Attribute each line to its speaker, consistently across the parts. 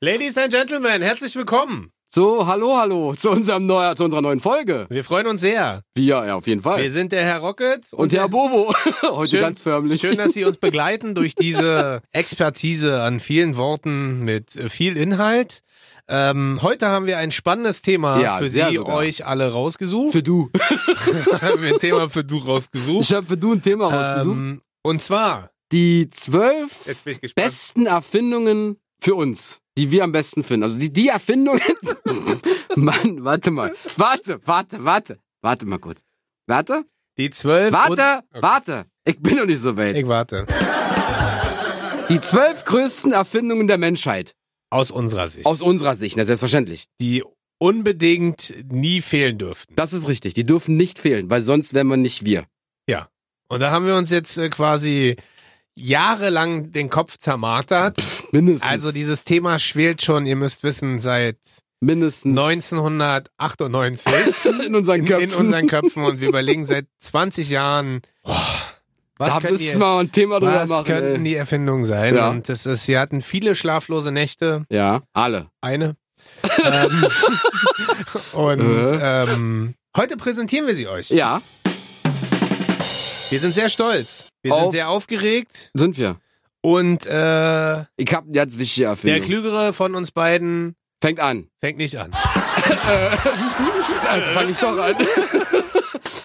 Speaker 1: Ladies and Gentlemen, herzlich willkommen.
Speaker 2: So, hallo, hallo zu, unserem neuer, zu unserer neuen Folge.
Speaker 1: Wir freuen uns sehr.
Speaker 2: Wir, ja, auf jeden Fall.
Speaker 1: Wir sind der Herr Rocket
Speaker 2: und Herr Bobo, heute
Speaker 1: Schön-
Speaker 2: ganz förmlich.
Speaker 1: Schön, dass Sie uns begleiten durch diese Expertise an vielen Worten mit äh, viel Inhalt. Ähm, heute haben wir ein spannendes Thema
Speaker 2: Ja,
Speaker 1: für
Speaker 2: sehr
Speaker 1: Sie,
Speaker 2: sogar.
Speaker 1: euch alle rausgesucht.
Speaker 2: für du.
Speaker 1: haben wir ein Thema für du rausgesucht.
Speaker 2: Ich habe für du ein Thema rausgesucht.
Speaker 1: Ähm, und zwar,
Speaker 2: Die zwölf
Speaker 1: jetzt bin ich gespannt.
Speaker 2: besten Erfindungen für uns, die wir am besten finden. Also die, die Erfindungen. Mann, warte mal. Warte, warte, warte. Warte mal kurz. Warte,
Speaker 1: Die zwölf.
Speaker 2: warte,
Speaker 1: Okay.
Speaker 2: warte. Ich bin noch nicht so weit.
Speaker 1: Ich warte.
Speaker 2: Die zwölf größten Erfindungen der Menschheit.
Speaker 1: Aus unserer Sicht.
Speaker 2: Aus unserer Sicht, na selbstverständlich.
Speaker 1: die unbedingt nie fehlen dürften.
Speaker 2: Das ist richtig. Die dürfen nicht fehlen, weil sonst wären wir nicht wir.
Speaker 1: Und da haben wir uns jetzt äh, quasi jahrelang den Kopf zermartert.
Speaker 2: Mindestens.
Speaker 1: Also dieses Thema schwelt schon, ihr müsst wissen, seit
Speaker 2: mindestens
Speaker 1: 1998
Speaker 2: in unseren
Speaker 1: in,
Speaker 2: Köpfen.
Speaker 1: in unseren Köpfen und wir überlegen seit 20 Jahren, oh, was,
Speaker 2: da
Speaker 1: können
Speaker 2: müssen
Speaker 1: die,
Speaker 2: wir mal ein Thema drüber
Speaker 1: was
Speaker 2: machen.
Speaker 1: könnten
Speaker 2: Ey.
Speaker 1: die Erfindungen sein?
Speaker 2: Ja.
Speaker 1: Und das ist, wir hatten viele schlaflose Nächte,
Speaker 2: Ja, alle.
Speaker 1: eine. ähm, und
Speaker 2: Äh.
Speaker 1: ähm, heute präsentieren wir sie euch.
Speaker 2: Ja,
Speaker 1: Wir sind sehr stolz. Wir sind
Speaker 2: Auf-
Speaker 1: sehr aufgeregt.
Speaker 2: sind wir.
Speaker 1: Und äh, der
Speaker 2: Ich hab eine ganz wichtige Erfindung.
Speaker 1: Klügere von uns beiden
Speaker 2: Fängt an.
Speaker 1: fängt nicht an.
Speaker 2: Also fang ich doch an.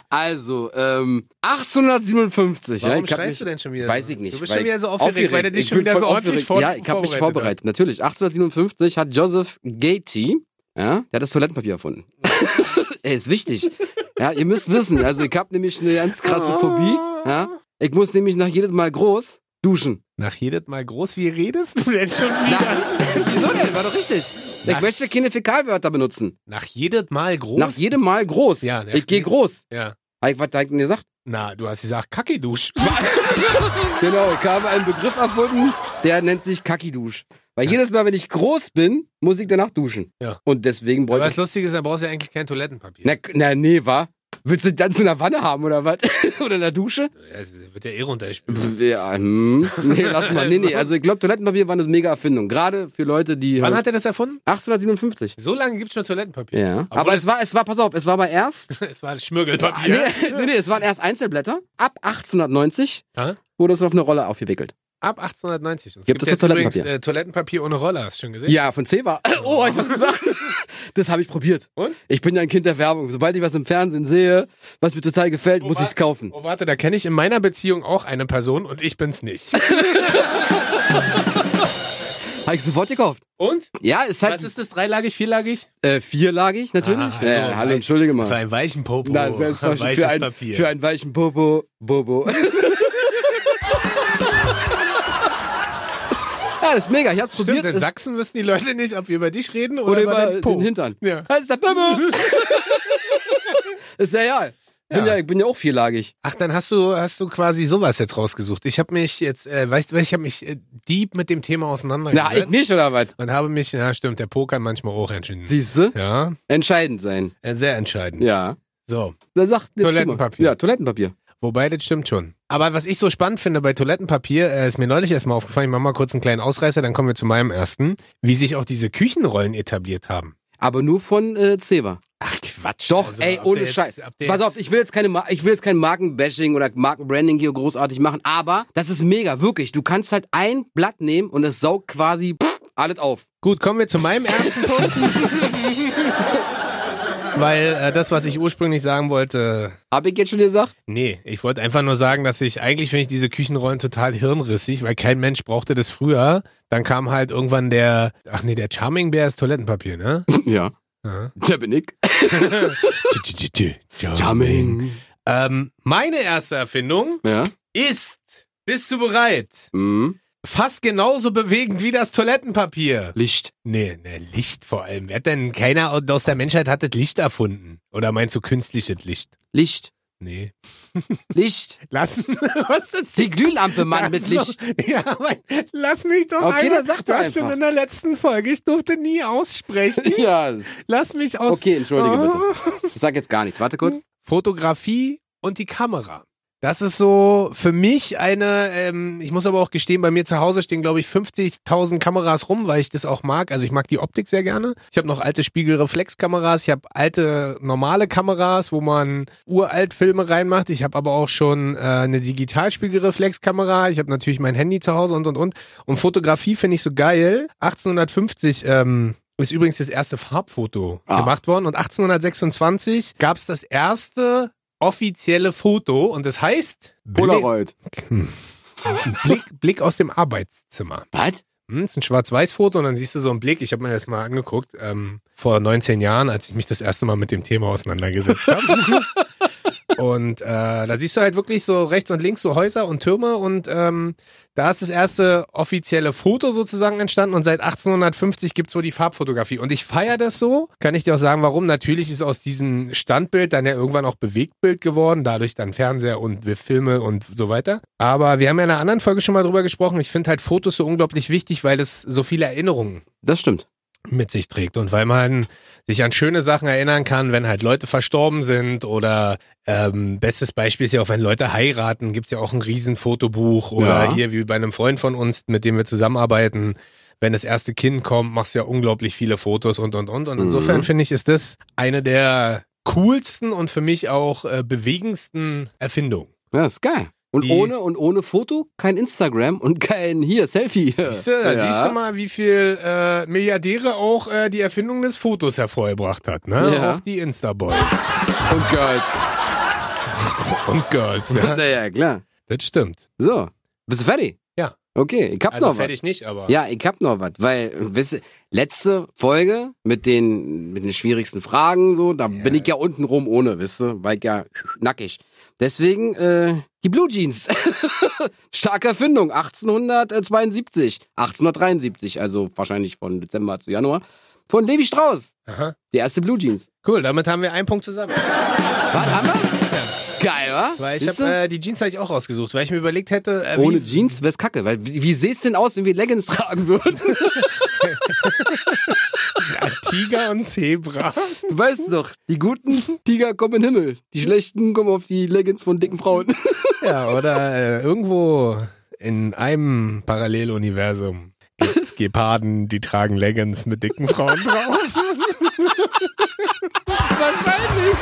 Speaker 2: also, ähm, 1857.
Speaker 1: Warum
Speaker 2: ja, ich hab
Speaker 1: schreist
Speaker 2: mich,
Speaker 1: du denn schon wieder?
Speaker 2: Weiß ich nicht.
Speaker 1: Du bist
Speaker 2: weil
Speaker 1: schon wieder so aufgeregt, weil du dich
Speaker 2: Ich
Speaker 1: schon
Speaker 2: bin
Speaker 1: wieder so
Speaker 2: voll
Speaker 1: ordentlich vor
Speaker 2: Ja, ich habe mich
Speaker 1: vorbereitet
Speaker 2: vorbereitet, natürlich. 1857 hat Joseph Gatey, ja, der hat das Toilettenpapier erfunden. Ey, ist wichtig. Ja, ihr müsst wissen, also ich habe nämlich eine ganz krasse Phobie. Ja. Ich muss nämlich nach jedem Mal groß duschen.
Speaker 1: hast. Nach jedes Mal groß, wie redest du denn schon wieder?
Speaker 2: Na, wieso denn? War doch richtig. Ich
Speaker 1: Nach-
Speaker 2: möchte keine Fäkalwörter benutzen.
Speaker 1: Nach jedes Mal groß?
Speaker 2: Nach jedem Mal groß.
Speaker 1: Ja, ne, ja,
Speaker 2: ich gehe
Speaker 1: stimmt.
Speaker 2: groß.
Speaker 1: ja.
Speaker 2: Hab ich was da denn gesagt?
Speaker 1: Na, du hast gesagt, Kackidusch.
Speaker 2: Genau, ich habe einen Begriff erfunden, der nennt sich Kackidusch. Weil jedes Mal, wenn ich groß bin, muss ich danach duschen.
Speaker 1: Ja.
Speaker 2: Und deswegen
Speaker 1: Aber
Speaker 2: wollte
Speaker 1: das
Speaker 2: ich.
Speaker 1: Lustige ist, da brauchst du ja eigentlich kein Toilettenpapier.
Speaker 2: Na, na, nee, wa? Willst du dann zu einer Wanne haben oder was? oder in der Dusche?
Speaker 1: Es wird ja eh runtergespült.
Speaker 2: Pff, Ja, hm. Nee, lass mal. Nee, nee. Also ich glaube, Toilettenpapier war eine mega Erfindung. Gerade für Leute, die.
Speaker 1: Wann
Speaker 2: halt-
Speaker 1: hat er das erfunden?
Speaker 2: 1857.
Speaker 1: So lange gibt es schon Toilettenpapier.
Speaker 2: Ja.
Speaker 1: Obwohl
Speaker 2: Aber
Speaker 1: es,
Speaker 2: es war, es war, pass auf, es war aber erst.
Speaker 1: es war Schmirgelpapier.
Speaker 2: Nee, nee, nee, es waren erst Einzelblätter. Ab 1890
Speaker 1: Aha.
Speaker 2: wurde es auf eine Rolle aufgewickelt.
Speaker 1: Ab 1890. Es
Speaker 2: Gibt es das
Speaker 1: jetzt übrigens
Speaker 2: Toilettenpapier?
Speaker 1: äh, Toilettenpapier ohne Roller, hast du schon gesehen?
Speaker 2: Ja, von Ceva. Oh, hab ich was gesagt. Das habe ich probiert.
Speaker 1: Und?
Speaker 2: Ich bin ja ein Kind der Werbung. Sobald ich was im Fernsehen sehe, was mir total gefällt, muss
Speaker 1: wa-
Speaker 2: ich es kaufen.
Speaker 1: Oh, warte, da kenne ich in meiner Beziehung auch eine Person und ich bin's nicht.
Speaker 2: Habe ich sofort gekauft.
Speaker 1: Und?
Speaker 2: Ja, ist halt
Speaker 1: Was ist das? Dreilagig, vierlagig?
Speaker 2: äh, vierlagig natürlich.
Speaker 1: Ah, also
Speaker 2: äh,
Speaker 1: ein-
Speaker 2: hallo,
Speaker 1: Oh,
Speaker 2: entschuldige mal.
Speaker 1: einen weichen Popo.
Speaker 2: Na, selbstverständlich für, ein, für einen weichen Bobo. Bobo. ja, das ist mega. Ich hab's
Speaker 1: Stimmt,
Speaker 2: probiert.
Speaker 1: in
Speaker 2: ist-
Speaker 1: Sachsen wissen die Leute nicht, ob wir über dich reden oder,
Speaker 2: oder
Speaker 1: über
Speaker 2: über
Speaker 1: den Po.
Speaker 2: den Hintern.
Speaker 1: Ja.
Speaker 2: Das ist der Bobo. ist ja ja. Ich Bin
Speaker 1: Ja.
Speaker 2: ja. Ich bin ja auch vierlagig.
Speaker 1: Ach, dann hast du, hast du quasi sowas jetzt rausgesucht. Ich habe mich jetzt, äh, weißt du, ich habe mich äh, deep mit dem Thema
Speaker 2: Na, ich
Speaker 1: auseinandergesetzt.
Speaker 2: nicht, oder was?
Speaker 1: und habe mich, ja stimmt, der Po kann manchmal auch entschieden.
Speaker 2: Siehst du?
Speaker 1: Ja,
Speaker 2: Entscheidend sein.
Speaker 1: äh, sehr entscheidend.
Speaker 2: Ja.
Speaker 1: So,
Speaker 2: Da sagt jetzt du mal.
Speaker 1: Toilettenpapier.
Speaker 2: Ja, Toilettenpapier.
Speaker 1: Wobei, das stimmt schon. Aber was ich so spannend finde bei Toilettenpapier, äh, ist mir neulich erstmal aufgefallen, ich mache mal kurz einen kleinen Ausreißer, dann kommen wir zu meinem ersten, wie sich auch diese Küchenrollen etabliert haben.
Speaker 2: Aber nur von äh, Zewa.
Speaker 1: Ach Quatsch.
Speaker 2: Doch,
Speaker 1: Also,
Speaker 2: ey,
Speaker 1: ob
Speaker 2: ohne
Speaker 1: der jetzt-
Speaker 2: Scheiß.
Speaker 1: ob der
Speaker 2: Pass
Speaker 1: jetzt-
Speaker 2: auf, ich will jetzt keine, Ma ich will jetzt kein Markenbashing oder Markenbranding hier großartig machen, aber das ist mega, wirklich. Du kannst halt ein Blatt nehmen und das saugt quasi pff, alles auf.
Speaker 1: Gut, kommen wir zu meinem ersten Punkt. Weil äh, das, was ich ursprünglich sagen wollte,
Speaker 2: Hab ich jetzt schon gesagt?
Speaker 1: nee, ich wollte einfach nur sagen, dass ich eigentlich finde ich diese Küchenrollen total hirnrissig, weil kein Mensch brauchte das früher. Dann kam halt irgendwann der, ach nee, der Charming Bear ist Toilettenpapier, ne?
Speaker 2: Ja,
Speaker 1: Ja.
Speaker 2: der bin ich. Jamming.
Speaker 1: Ähm, meine erste Erfindung
Speaker 2: Ja.
Speaker 1: ist, bist du bereit?
Speaker 2: Mhm.
Speaker 1: Fast genauso bewegend wie das Toilettenpapier.
Speaker 2: Licht.
Speaker 1: Nee, nee, Ne, Licht vor allem. Wer hat denn, keiner aus der Menschheit hat das Licht erfunden? Oder meinst du künstliches Licht?
Speaker 2: Licht.
Speaker 1: Nee.
Speaker 2: Licht.
Speaker 1: Lass, was ist das?
Speaker 2: Die Glühlampe, Mann, mit
Speaker 1: Lass
Speaker 2: Licht.
Speaker 1: doch- Ja, aber lass mich doch
Speaker 2: Okay,
Speaker 1: einfach-
Speaker 2: dann sag doch
Speaker 1: Du hast schon
Speaker 2: einfach.
Speaker 1: in der letzten Folge, ich durfte nie aussprechen.
Speaker 2: Ja.
Speaker 1: Lass mich aus... Ah. Oh.
Speaker 2: Okay, entschuldige bitte.
Speaker 1: bitte.
Speaker 2: Ich sag jetzt gar nichts. Warte kurz.
Speaker 1: Fotografie und die Kamera. Das ist so für mich eine, ähm, ich muss aber auch gestehen, bei mir zu Hause stehen, glaube ich, 50.000 Kameras rum, weil ich das auch mag. Also ich mag die Optik sehr gerne. Ich habe noch alte Spiegelreflexkameras, ich habe alte normale Kameras, wo man uralt Filme reinmacht. Ich habe aber auch schon äh, eine Digitalspiegelreflexkamera. Ich habe natürlich mein Handy zu Hause und, und, und. Und Fotografie finde ich so geil. 1850 ähm, ist übrigens das erste Farbfoto
Speaker 2: Ah.
Speaker 1: gemacht worden. Und 1826 gab es das erste offizielle Foto und das heißt
Speaker 2: Polaroid.
Speaker 1: Blick, hm. Blick, Blick aus dem Arbeitszimmer.
Speaker 2: Was?
Speaker 1: Hm, ist ein Schwarz-Weiß-Foto und dann siehst du so einen Blick. Ich habe mir das mal angeguckt ähm, vor 19 Jahren, als ich mich das erste Mal mit dem Thema auseinandergesetzt habe. und äh, da siehst du halt wirklich so rechts und links so Häuser und Türme und ähm, da ist das erste offizielle Foto sozusagen entstanden und seit 1850 gibt's so die Farbfotografie. Und ich feier das so. Kann ich dir auch sagen, warum? Natürlich ist aus diesem Standbild dann ja irgendwann auch Bewegtbild geworden, dadurch dann Fernseher und wir Filme und so weiter. Aber wir haben ja in einer anderen Folge schon mal drüber gesprochen. Ich finde halt Fotos so unglaublich wichtig, weil das so viele Erinnerungen
Speaker 2: Das stimmt.
Speaker 1: mit sich trägt und weil man sich an schöne Sachen erinnern kann, wenn halt Leute verstorben sind oder ähm, bestes Beispiel ist ja auch, wenn Leute heiraten, gibt's ja auch ein riesen Fotobuch oder
Speaker 2: Ja.
Speaker 1: hier wie bei einem Freund von uns, mit dem wir zusammenarbeiten, wenn das erste Kind kommt, machst du ja unglaublich viele Fotos und und und und
Speaker 2: Mhm.
Speaker 1: insofern finde ich, ist das eine der coolsten und für mich auch äh, bewegendsten Erfindungen.
Speaker 2: Ja, ist geil. Und
Speaker 1: Die-
Speaker 2: ohne und ohne Foto kein Instagram und kein hier Selfie.
Speaker 1: Siehst du, da
Speaker 2: Äh, ja.
Speaker 1: siehst du mal, wie viel äh, Milliardäre auch äh, die Erfindung des Fotos hervorgebracht hat, ne?
Speaker 2: Ja.
Speaker 1: Auch die Instaboys.
Speaker 2: Und Girls.
Speaker 1: Und Girls, ja.
Speaker 2: Naja, klar.
Speaker 1: Das stimmt.
Speaker 2: So, bist du fertig?
Speaker 1: Ja.
Speaker 2: Okay, ich hab
Speaker 1: Also
Speaker 2: noch was.
Speaker 1: fertig nicht, aber.
Speaker 2: Ja, ich hab noch was, weil wisst ihr, letzte Folge mit den mit den schwierigsten Fragen so, da bin ich ja unten rum ohne, wisst ihr, weil ich ja nackig. Deswegen äh, die Blue Jeans. Starke Erfindung 1872, 1873, also wahrscheinlich von Dezember zu Januar von Levi Strauss.
Speaker 1: Aha.
Speaker 2: Die erste Blue Jeans.
Speaker 1: Cool, damit haben wir einen Punkt zusammen.
Speaker 2: Was haben wir? Geil, wa?
Speaker 1: Weil ich
Speaker 2: Wisst
Speaker 1: hab,
Speaker 2: ihr?
Speaker 1: äh, die Jeans habe ich auch rausgesucht, weil ich mir überlegt hätte, äh,
Speaker 2: ohne
Speaker 1: wie,
Speaker 2: Jeans wär's kacke, weil wie, wie säh's denn aus, wenn wir Leggings tragen würden?
Speaker 1: Ja, Ah, Tiger und Zebra.
Speaker 2: Du weißt doch, die guten Tiger kommen in den Himmel. Die schlechten kommen auf die Leggings von dicken Frauen.
Speaker 1: Ja, oder äh, irgendwo in einem Paralleluniversum gibt's Geparden, die tragen Leggings mit dicken Frauen drauf.
Speaker 2: Wahrscheinlich.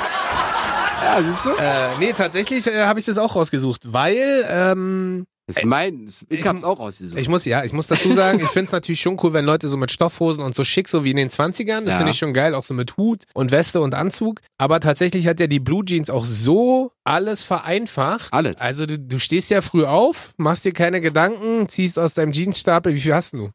Speaker 2: Ja, siehst du?
Speaker 1: äh, nee, tatsächlich äh, habe ich das auch rausgesucht, weil ähm,
Speaker 2: Das ist meins. Ich hab's auch ausgesucht.
Speaker 1: Ich muss, ja, ich muss dazu sagen, ich finde es natürlich schon cool, wenn Leute so mit Stoffhosen und so schick, so wie in den 20ern, das
Speaker 2: Ja.
Speaker 1: finde ich schon geil, auch so mit Hut und Weste und Anzug. Aber tatsächlich hat ja die Blue Jeans auch so alles vereinfacht.
Speaker 2: Alles.
Speaker 1: Also du, du stehst ja früh auf, machst dir keine Gedanken, ziehst aus deinem Jeansstapel, wie viel hast du?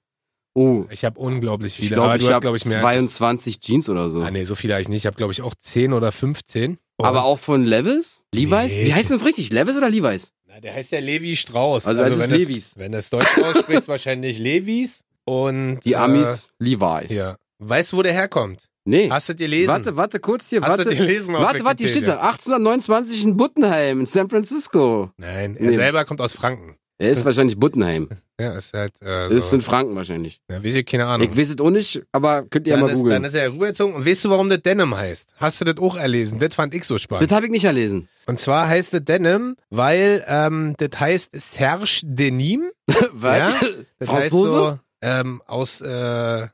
Speaker 2: Oh,
Speaker 1: Ich habe unglaublich
Speaker 2: ich
Speaker 1: viele, aber
Speaker 2: glaube,
Speaker 1: du
Speaker 2: ich
Speaker 1: hast,
Speaker 2: hab
Speaker 1: glaube ich, mehr. als
Speaker 2: 22 Jeans oder so.
Speaker 1: ich. Ah, nee, so viele habe ich nicht. Ich habe, glaube ich, auch 10 oder 15. Und-
Speaker 2: Aber auch von Levis? Levi's?
Speaker 1: oh. Nee.
Speaker 2: Wie heißt denn das richtig? Levis oder Levi's?
Speaker 1: Na, der heißt ja Levi Strauss.
Speaker 2: Also es ist
Speaker 1: wenn
Speaker 2: Levis.
Speaker 1: Es, wenn du es deutsch aussprichst, wahrscheinlich Levis. Und
Speaker 2: Die Amis? Levi's.
Speaker 1: Äh, ja. Weißt du, wo der herkommt?
Speaker 2: Nee.
Speaker 1: Hast du dir lesen?
Speaker 2: Warte, warte, kurz hier,
Speaker 1: Hast du
Speaker 2: warte.
Speaker 1: die lesen auf
Speaker 2: Warte, warte, hier steht's
Speaker 1: Wikipedia?
Speaker 2: da. 1829 in Buttenheim, in San Francisco.
Speaker 1: Nein, er
Speaker 2: Nee.
Speaker 1: selber kommt aus Franken.
Speaker 2: Er ist wahrscheinlich Buttenheim.
Speaker 1: Ja, ist halt. Äh,
Speaker 2: Ist
Speaker 1: so.
Speaker 2: in Franken wahrscheinlich.
Speaker 1: ja, weiß ich, keine Ahnung.
Speaker 2: Ich weiß es auch nicht, aber könnt ihr ja
Speaker 1: dann,
Speaker 2: mal
Speaker 1: ist, dann
Speaker 2: googeln.
Speaker 1: ist er rübergezogen. Und weißt du, warum das Denim heißt? Hast du das auch erlesen? Das fand ich so spannend.
Speaker 2: Das habe ich nicht erlesen.
Speaker 1: Und zwar heißt das Denim, weil ähm, das heißt Serge Denim.
Speaker 2: Was?
Speaker 1: Ja? Das heißt
Speaker 2: Franzose?
Speaker 1: so ähm, aus äh,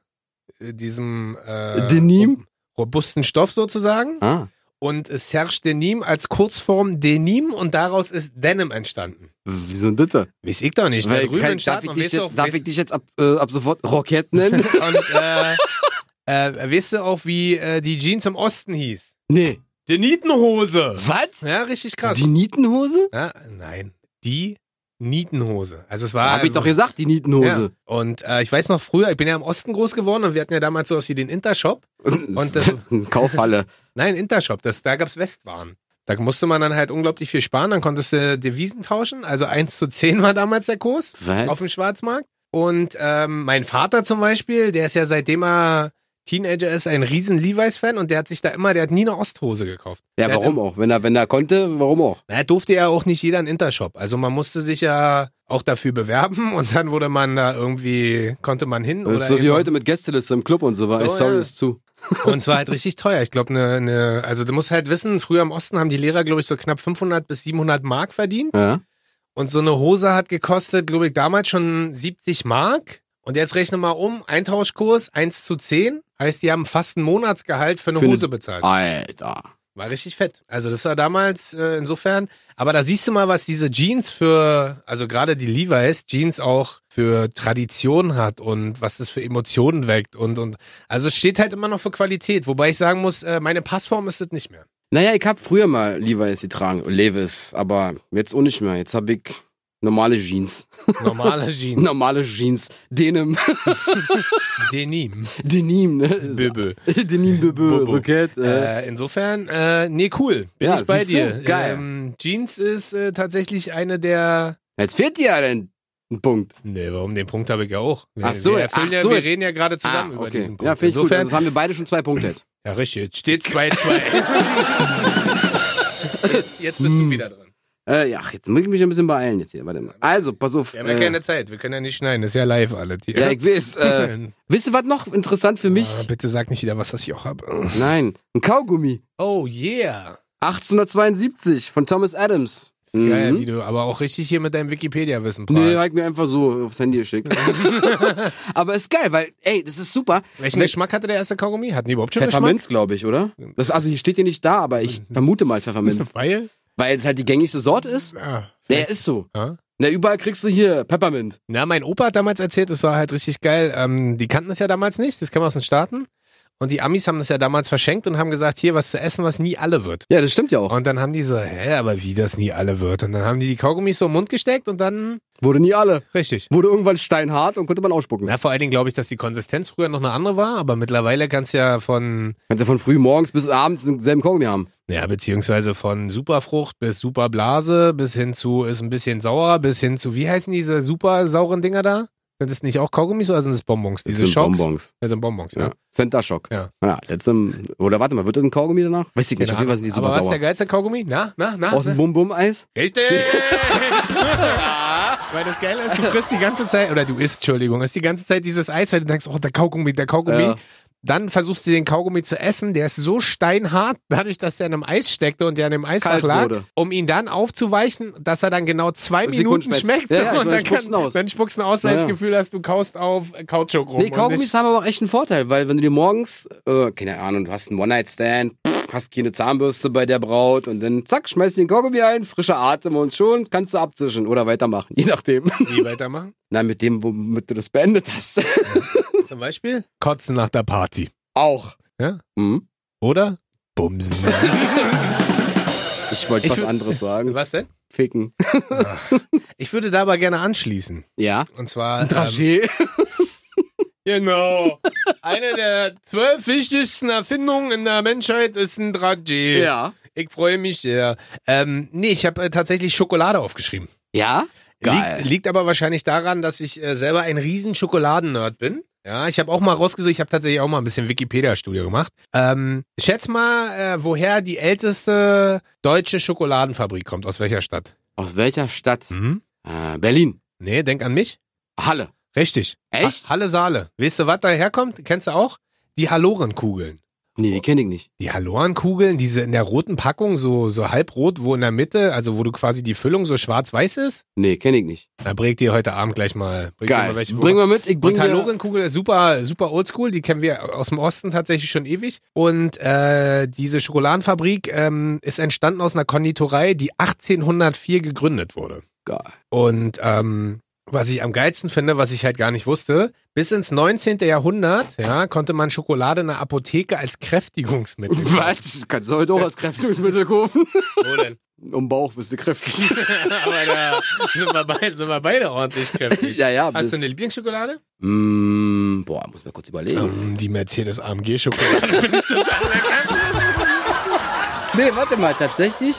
Speaker 1: diesem äh,
Speaker 2: Denim?
Speaker 1: robusten Stoff sozusagen.
Speaker 2: Ah.
Speaker 1: Und äh, Serge Denim als Kurzform Denim und daraus ist Denim entstanden.
Speaker 2: Wieso denn das?
Speaker 1: Weiß ich doch nicht. da
Speaker 2: Weil
Speaker 1: drüben
Speaker 2: kein-
Speaker 1: in
Speaker 2: darf
Speaker 1: Staaten
Speaker 2: ich
Speaker 1: und
Speaker 2: dich
Speaker 1: weißt du
Speaker 2: jetzt,
Speaker 1: auch,
Speaker 2: darf ich dich jetzt ab, äh, ab sofort Rocket nennen?
Speaker 1: weißt- und äh, äh, weißt du auch, wie äh, die Jeans im Osten hieß?
Speaker 2: nee.
Speaker 1: Die Nietenhose.
Speaker 2: Was?
Speaker 1: Ja, richtig krass.
Speaker 2: Die Nietenhose?
Speaker 1: ja, nein, die Nietenhose. Also es war...
Speaker 2: Hab ich doch gesagt, die Nietenhose.
Speaker 1: Ja. Und äh, ich weiß noch früher, ich bin ja im Osten groß geworden und wir hatten ja damals sowas wie den Intershop. Und das,
Speaker 2: Kaufhalle.
Speaker 1: nein, Intershop, das, da gab's Westwaren. Da musste man dann halt unglaublich viel sparen, dann konntest du Devisen tauschen. Also 1 zu 10 war damals der Kurs. auf dem
Speaker 2: Was?
Speaker 1: Schwarzmarkt. Und ähm, mein Vater zum Beispiel, der ist ja seitdem er Teenager ist, ein riesen Levi's-Fan und der hat sich da immer, der hat nie eine Osthose gekauft.
Speaker 2: Ja,
Speaker 1: der
Speaker 2: warum auch? Wenn er, wenn er konnte, warum auch?
Speaker 1: Na, durfte ja auch nicht jeder einen Intershop. Also man musste sich ja auch dafür bewerben und dann wurde man da irgendwie, konnte man hin.
Speaker 2: Das
Speaker 1: oder
Speaker 2: ist so wie
Speaker 1: eben-
Speaker 2: heute mit Gästeliste im Club und so war.
Speaker 1: So,
Speaker 2: Ey, sorry,
Speaker 1: ja.
Speaker 2: ist zu.
Speaker 1: Und es war halt richtig teuer. Ich glaube, ne, ne, also du musst halt wissen, früher im Osten haben die Lehrer, glaube ich, so knapp 500 bis 700 Mark verdient.
Speaker 2: Ja.
Speaker 1: Und so eine Hose hat gekostet, glaube ich, damals schon 70 Mark. Und jetzt rechne mal um, Eintauschkurs 1 zu 10. Heißt, die haben fast ein Monatsgehalt für eine
Speaker 2: Für eine- Ah.
Speaker 1: Hose bezahlt.
Speaker 2: Alter.
Speaker 1: War richtig fett. Also das war damals äh, insofern. Aber da siehst du mal, was diese Jeans für, also gerade die Levi's Jeans auch für Tradition hat und was das für Emotionen weckt und und. Also es steht halt immer noch für Qualität. Wobei ich sagen muss, äh, meine Passform ist es nicht mehr.
Speaker 2: Naja, ich hab früher mal Levi's getragen, Levis, aber jetzt auch nicht mehr. Jetzt hab ich normale Jeans.
Speaker 1: Normale Jeans,
Speaker 2: Normale Jeans. Denim.
Speaker 1: Denim,
Speaker 2: Denim, ne?
Speaker 1: Böbel.
Speaker 2: Denim, Böbö,
Speaker 1: Bobo.
Speaker 2: Brückett. Äh.
Speaker 1: Äh, insofern, äh, nee, cool. Bin
Speaker 2: Ja,
Speaker 1: ich bei
Speaker 2: siehst du?
Speaker 1: dir.
Speaker 2: Geil.
Speaker 1: Ähm, Jeans ist äh, tatsächlich eine der.
Speaker 2: Jetzt fehlt dir ja denn ein Punkt.
Speaker 1: Nee, warum? Den Punkt habe ich ja auch. Wir,
Speaker 2: Ach so,
Speaker 1: wir, erfüllen
Speaker 2: ach
Speaker 1: ja,
Speaker 2: so,
Speaker 1: wir
Speaker 2: jetzt-
Speaker 1: reden ja gerade zusammen über diesen Punkt.
Speaker 2: Ah, Ja, finde ich gut.
Speaker 1: insofern,
Speaker 2: Also haben wir beide schon zwei Punkte jetzt.
Speaker 1: Ja, richtig. Jetzt steht 2-2. jetzt bist
Speaker 2: Mm.
Speaker 1: du wieder dran.
Speaker 2: Äh, ja, ach, jetzt muss ich mich ein bisschen beeilen jetzt hier. Warte mal. Also, pass auf.
Speaker 1: Wir haben ja
Speaker 2: äh,
Speaker 1: keine Zeit. Wir können ja nicht schneiden. Das ist ja live alles hier.
Speaker 2: ja, ich weiß. Äh, wisst ihr, was noch interessant für mich?
Speaker 1: Ah, bitte sag nicht wieder was, was ich auch habe.
Speaker 2: Nein, ein Kaugummi.
Speaker 1: Oh yeah.
Speaker 2: 1872 von Thomas Adams.
Speaker 1: Geil,
Speaker 2: Mhm.
Speaker 1: wie du aber auch richtig hier mit deinem Wikipedia-Wissen
Speaker 2: Nee,
Speaker 1: prahlt.
Speaker 2: hab ich mir einfach so aufs Handy geschickt. Aber ist geil, weil, ey, das ist super.
Speaker 1: Welchen Geschmack hatte der erste Kaugummi? Hatten die überhaupt schon Geschmack?
Speaker 2: Pfefferminz, glaube ich, oder? Das, also hier steht ja nicht da, aber ich vermute mal Pfefferminz.
Speaker 1: Weil?
Speaker 2: weil es halt die gängigste Sorte ist.
Speaker 1: Ah,
Speaker 2: Der ist so.
Speaker 1: ja.
Speaker 2: Na, überall kriegst du hier Peppermint.
Speaker 1: Na, mein Opa hat damals erzählt, das war halt richtig geil. Ähm, die kannten das ja damals nicht, das kam aus den Staaten. Und die Amis haben das ja damals verschenkt und haben gesagt, hier was zu essen, was nie alle wird.
Speaker 2: Ja, das stimmt ja auch.
Speaker 1: Und dann haben die so, hä, aber wie das nie alle wird. Und dann haben die die Kaugummis so im Mund gesteckt und dann,
Speaker 2: Wurde nie alle.
Speaker 1: richtig.
Speaker 2: Wurde irgendwann steinhart und konnte man ausspucken.
Speaker 1: Na, vor allen Dingen glaube ich, dass die Konsistenz früher noch eine andere war, aber mittlerweile kannst du ja von,
Speaker 2: Kannst ja von früh morgens bis abends denselben Kaugummi haben.
Speaker 1: ja, beziehungsweise von Superfrucht bis Superblase bis hin zu ist ein bisschen sauer, bis hin zu, wie heißen diese super sauren Dinger da? Sind das nicht auch Kaugummis oder sind das Bonbons? Diese
Speaker 2: Das sind
Speaker 1: Schocks?
Speaker 2: Bonbons.
Speaker 1: Das sind Bonbons, ja.
Speaker 2: Ja. Center Shock.
Speaker 1: Ja.
Speaker 2: Ja, jetzt im, oder warte mal, wird das ein Kaugummi danach? Weiß ich nicht,
Speaker 1: Keine
Speaker 2: auf jeden Fall sind die
Speaker 1: Genau. Aber
Speaker 2: super
Speaker 1: was ist der
Speaker 2: sauer.
Speaker 1: geilste Kaugummi? Na, na, na.
Speaker 2: Aus
Speaker 1: na?
Speaker 2: dem Bum-Bum-Eis?
Speaker 1: Richtig! weil das Geile ist, du frisst die ganze Zeit, oder du isst, Entschuldigung, isst die ganze Zeit dieses Eis, weil du denkst, oh, der Kaugummi, der Kaugummi.
Speaker 2: Ja.
Speaker 1: Dann versuchst du den Kaugummi zu essen, der ist so steinhart, dadurch, dass der in einem Eis steckte und der in dem Eisfach
Speaker 2: Kalt
Speaker 1: lag,
Speaker 2: wurde.
Speaker 1: um ihn dann aufzuweichen, dass er dann genau zwei
Speaker 2: Sekunden
Speaker 1: Minuten
Speaker 2: schmeckt.
Speaker 1: schmeckt.
Speaker 2: Ja, ja, ich
Speaker 1: und
Speaker 2: meine,
Speaker 1: dann
Speaker 2: spuckst ihn aus.
Speaker 1: dann spuckst du ihn aus, weil
Speaker 2: Ja,
Speaker 1: du
Speaker 2: ja.
Speaker 1: das Gefühl hast, du kaust auf äh, Kautschuk rum.
Speaker 2: Nee,
Speaker 1: und
Speaker 2: Kaugummis
Speaker 1: nicht-
Speaker 2: haben aber auch echt einen Vorteil, weil wenn du dir morgens, äh, keine Ahnung, du hast einen One-Night-Stand, pff, hast keine Zahnbürste bei der Braut und dann zack, schmeißt du den Kaugummi ein, frischer Atem und schon kannst du abzischen oder weitermachen, je nachdem.
Speaker 1: Wie weitermachen?
Speaker 2: Na, mit dem, womit du das beendet hast.
Speaker 1: Zum Beispiel Kotzen nach der Party.
Speaker 2: auch.
Speaker 1: Ja?
Speaker 2: Mhm.
Speaker 1: Oder? Bumsen.
Speaker 2: Ich wollte
Speaker 1: Ich
Speaker 2: was
Speaker 1: wür-
Speaker 2: anderes sagen.
Speaker 1: Was denn?
Speaker 2: Ficken.
Speaker 1: Ich würde da aber gerne anschließen.
Speaker 2: Ja.
Speaker 1: Und zwar. Ähm,
Speaker 2: Dragé.
Speaker 1: genau. Eine der zwölf wichtigsten Erfindungen in der Menschheit ist ein Dragé.
Speaker 2: ja.
Speaker 1: Ich freue mich sehr. Ähm, nee, ich habe äh, tatsächlich Schokolade aufgeschrieben.
Speaker 2: Ja? Geil.
Speaker 1: Liegt, liegt aber wahrscheinlich daran, dass ich äh, selber ein riesen Schokoladen-Nerd bin. Ja, ich habe auch mal rausgesucht, ich habe tatsächlich auch mal ein bisschen Wikipedia-Studio gemacht. Ähm, schätz mal, äh, woher die älteste deutsche Schokoladenfabrik kommt, aus welcher Stadt?
Speaker 2: Aus welcher Stadt?
Speaker 1: Mhm.
Speaker 2: Äh, Berlin.
Speaker 1: Nee, denk an mich.
Speaker 2: Halle.
Speaker 1: Richtig.
Speaker 2: Echt?
Speaker 1: Ha Halle Saale. Weißt du, was da herkommt? Kennst du auch? Die Halorenkugeln.
Speaker 2: Nee, die kenne ich nicht.
Speaker 1: Die Halorenkugeln, diese in der roten Packung, so, so halbrot, wo in der Mitte, also wo du quasi die Füllung so schwarz-weiß ist.
Speaker 2: Nee, kenne ich nicht.
Speaker 1: Da bringt ihr heute Abend gleich mal. Bringt ihr
Speaker 2: Geil.
Speaker 1: Mal welche
Speaker 2: Bring mal mit. Ich bring
Speaker 1: und
Speaker 2: dir...
Speaker 1: Halorenkugel ist super, super oldschool, die kennen wir aus dem Osten tatsächlich schon ewig. Und äh, diese Schokoladenfabrik ähm, ist entstanden aus einer Konditorei, die 1804 gegründet wurde.
Speaker 2: Geil.
Speaker 1: Und ähm, was ich am geilsten finde, was ich halt gar nicht wusste, bis ins 19. Jahrhundert ja, konnte man Schokolade in der Apotheke als Kräftigungsmittel.
Speaker 2: Was? Kannst du heute auch als Kräftigungsmittel kaufen?
Speaker 1: Wo denn?
Speaker 2: Um Bauch bist du kräftig.
Speaker 1: Aber da sind wir, beide, sind wir beide ordentlich kräftig.
Speaker 2: ja, ja.
Speaker 1: Hast
Speaker 2: Bist...
Speaker 1: du eine Lieblingsschokolade? Ähm,
Speaker 2: Mm, boah, muss mir kurz überlegen.
Speaker 1: die Mercedes AMG Schokolade finde ich total lecker.
Speaker 2: Nee, warte mal. Tatsächlich?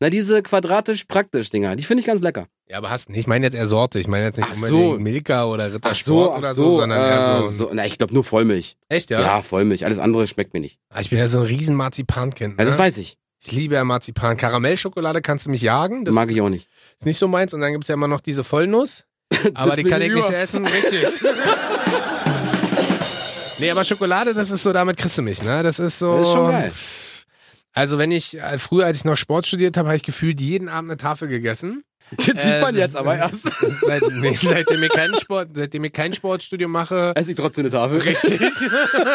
Speaker 2: Na, diese quadratisch praktisch Dinger. Die finde ich ganz lecker.
Speaker 1: Ja, aber hast nicht. Ich meine jetzt eher Sorte. Ich meine jetzt nicht
Speaker 2: Ach
Speaker 1: unbedingt
Speaker 2: so.
Speaker 1: Milka oder Ritter
Speaker 2: Ach so,
Speaker 1: Sport
Speaker 2: ach
Speaker 1: oder
Speaker 2: so,
Speaker 1: sondern eher
Speaker 2: äh,
Speaker 1: so. ein-
Speaker 2: so. Na, ich glaube nur Vollmilch.
Speaker 1: Echt, ja?
Speaker 2: Ja. Vollmilch. Alles andere schmeckt mir nicht.
Speaker 1: Ah, Ich bin ja so ein riesen Marzipankind.
Speaker 2: Ja,
Speaker 1: Ne?
Speaker 2: das weiß ich.
Speaker 1: ich liebe ja Marzipan. Karamellschokolade kannst du mich jagen. Das
Speaker 2: Mag ich auch nicht.
Speaker 1: Ist nicht so meins. Und dann gibt es ja immer noch diese Vollnuss. Aber die kann ich nicht essen. Richtig. nee, aber Schokolade, das ist so, damit kriegst du mich, ne? Das ist so.
Speaker 2: Das ist schon geil.
Speaker 1: Also wenn ich, äh, früher als ich noch Sport studiert habe, habe ich gefühlt jeden Abend eine Tafel gegessen.
Speaker 2: Das sieht
Speaker 1: Äh,
Speaker 2: man
Speaker 1: se-
Speaker 2: jetzt aber erst.
Speaker 1: Seit, nee, seitdem ich keinen Sport, seitdem ich kein Sportstudio mache,
Speaker 2: Esse ich trotzdem eine Tafel.
Speaker 1: Richtig.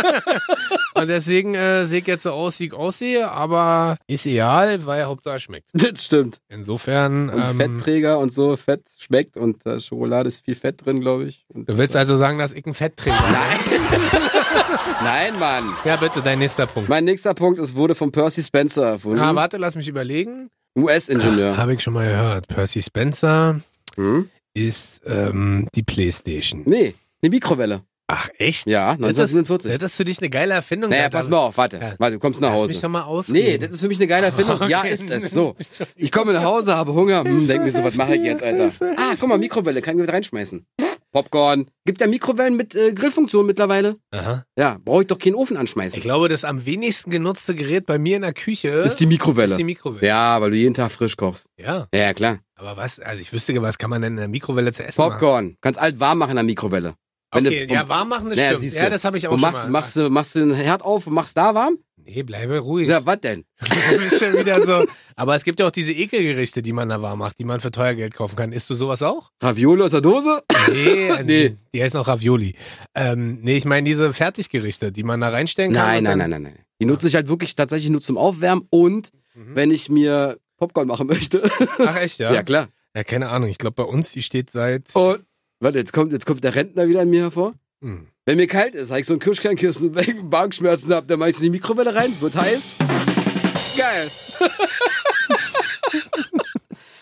Speaker 1: Und deswegen äh, sehe ich jetzt so aus, wie ich aussehe, aber ist egal, weil Hauptsache es schmeckt.
Speaker 2: Das stimmt.
Speaker 1: Insofern,
Speaker 2: Und
Speaker 1: ähm,
Speaker 2: Fettträger und so, Fett schmeckt und äh, Schokolade ist viel Fett drin, glaube ich. Und
Speaker 1: du willst also sagen, dass ich ein Fett trinke? Nein.
Speaker 2: Nein, Mann.
Speaker 1: Ja, bitte, dein nächster Punkt.
Speaker 2: Mein nächster Punkt ist, wurde von Percy Spencer erfunden.
Speaker 1: Ah, warte, lass mich überlegen.
Speaker 2: US-Ingenieur.
Speaker 1: Habe ich schon mal gehört. Percy Spencer
Speaker 2: Hm?
Speaker 1: ist ähm, die Playstation.
Speaker 2: Nee, eine Mikrowelle.
Speaker 1: Ach, echt?
Speaker 2: Ja,
Speaker 1: Hättest,
Speaker 2: 1947.
Speaker 1: hättest du dich eine geile Erfindung
Speaker 2: Naja,
Speaker 1: gehabt,
Speaker 2: pass
Speaker 1: aber-
Speaker 2: mal auf, warte.
Speaker 1: Ja.
Speaker 2: Warte, du kommst nach
Speaker 1: Lass mich
Speaker 2: Hause.
Speaker 1: doch mal ausreden.
Speaker 2: Nee, das ist für mich eine geile Erfindung. Ja, ist es. So. Ich komme nach Hause, habe Hunger, hm, denke mir so, was mache ich jetzt, Alter? Ah, guck mal, Mikrowelle, kann ich mit reinschmeißen. Popcorn. Gibt ja Mikrowellen mit äh, Grillfunktion mittlerweile.
Speaker 1: Aha.
Speaker 2: Ja, brauche ich doch keinen Ofen anschmeißen.
Speaker 1: Ich glaube, das am wenigsten genutzte Gerät bei mir in der Küche
Speaker 2: ist die Mikrowelle.
Speaker 1: ist die Mikrowelle.
Speaker 2: ja, weil du jeden Tag frisch kochst.
Speaker 1: ja.
Speaker 2: Ja, ja, klar.
Speaker 1: Aber was, also ich wüsste, was kann man denn in der Mikrowelle zu essen
Speaker 2: Popcorn. Kannst alt warm machen in der Mikrowelle.
Speaker 1: machen?
Speaker 2: Wenn
Speaker 1: Okay,
Speaker 2: du-
Speaker 1: ja, warm machen, das
Speaker 2: Naja,
Speaker 1: stimmt.
Speaker 2: siehst
Speaker 1: Ja,
Speaker 2: du.
Speaker 1: das habe ich auch
Speaker 2: Und
Speaker 1: schon
Speaker 2: machst,
Speaker 1: mal.
Speaker 2: machst, du, machst du den Herd auf und machst da warm?
Speaker 1: nee, bleibe ruhig.
Speaker 2: Ja, was denn?
Speaker 1: Du bist schon wieder so. Aber es gibt ja auch diese Ekelgerichte, die man da warm macht, die man für teuer Geld kaufen kann. Isst du sowas auch?
Speaker 2: Ravioli aus der Dose?
Speaker 1: Nee, äh,
Speaker 2: Nee.
Speaker 1: die heißen auch Ravioli. Ähm, nee, ich meine diese Fertiggerichte, die man da reinstellen kann.
Speaker 2: Nein,
Speaker 1: und
Speaker 2: nein,
Speaker 1: dann-
Speaker 2: nein, nein, nein. Die nutze ich halt wirklich tatsächlich nur zum Aufwärmen und
Speaker 1: Mhm.
Speaker 2: wenn ich mir Popcorn machen möchte.
Speaker 1: Ach echt, ja?
Speaker 2: Ja,
Speaker 1: ja?
Speaker 2: klar. Oh.
Speaker 1: keine Ahnung. Ich glaube, bei uns, die steht seit...
Speaker 2: Und warte, jetzt kommt, jetzt kommt der Rentner wieder in mir hervor.
Speaker 1: Hm.
Speaker 2: Wenn mir kalt ist, habe ich so ein Kirschkernkissen, wenn ich Magenschmerzen habe, dann mache ich es in die Mikrowelle rein, wird heiß. Geil.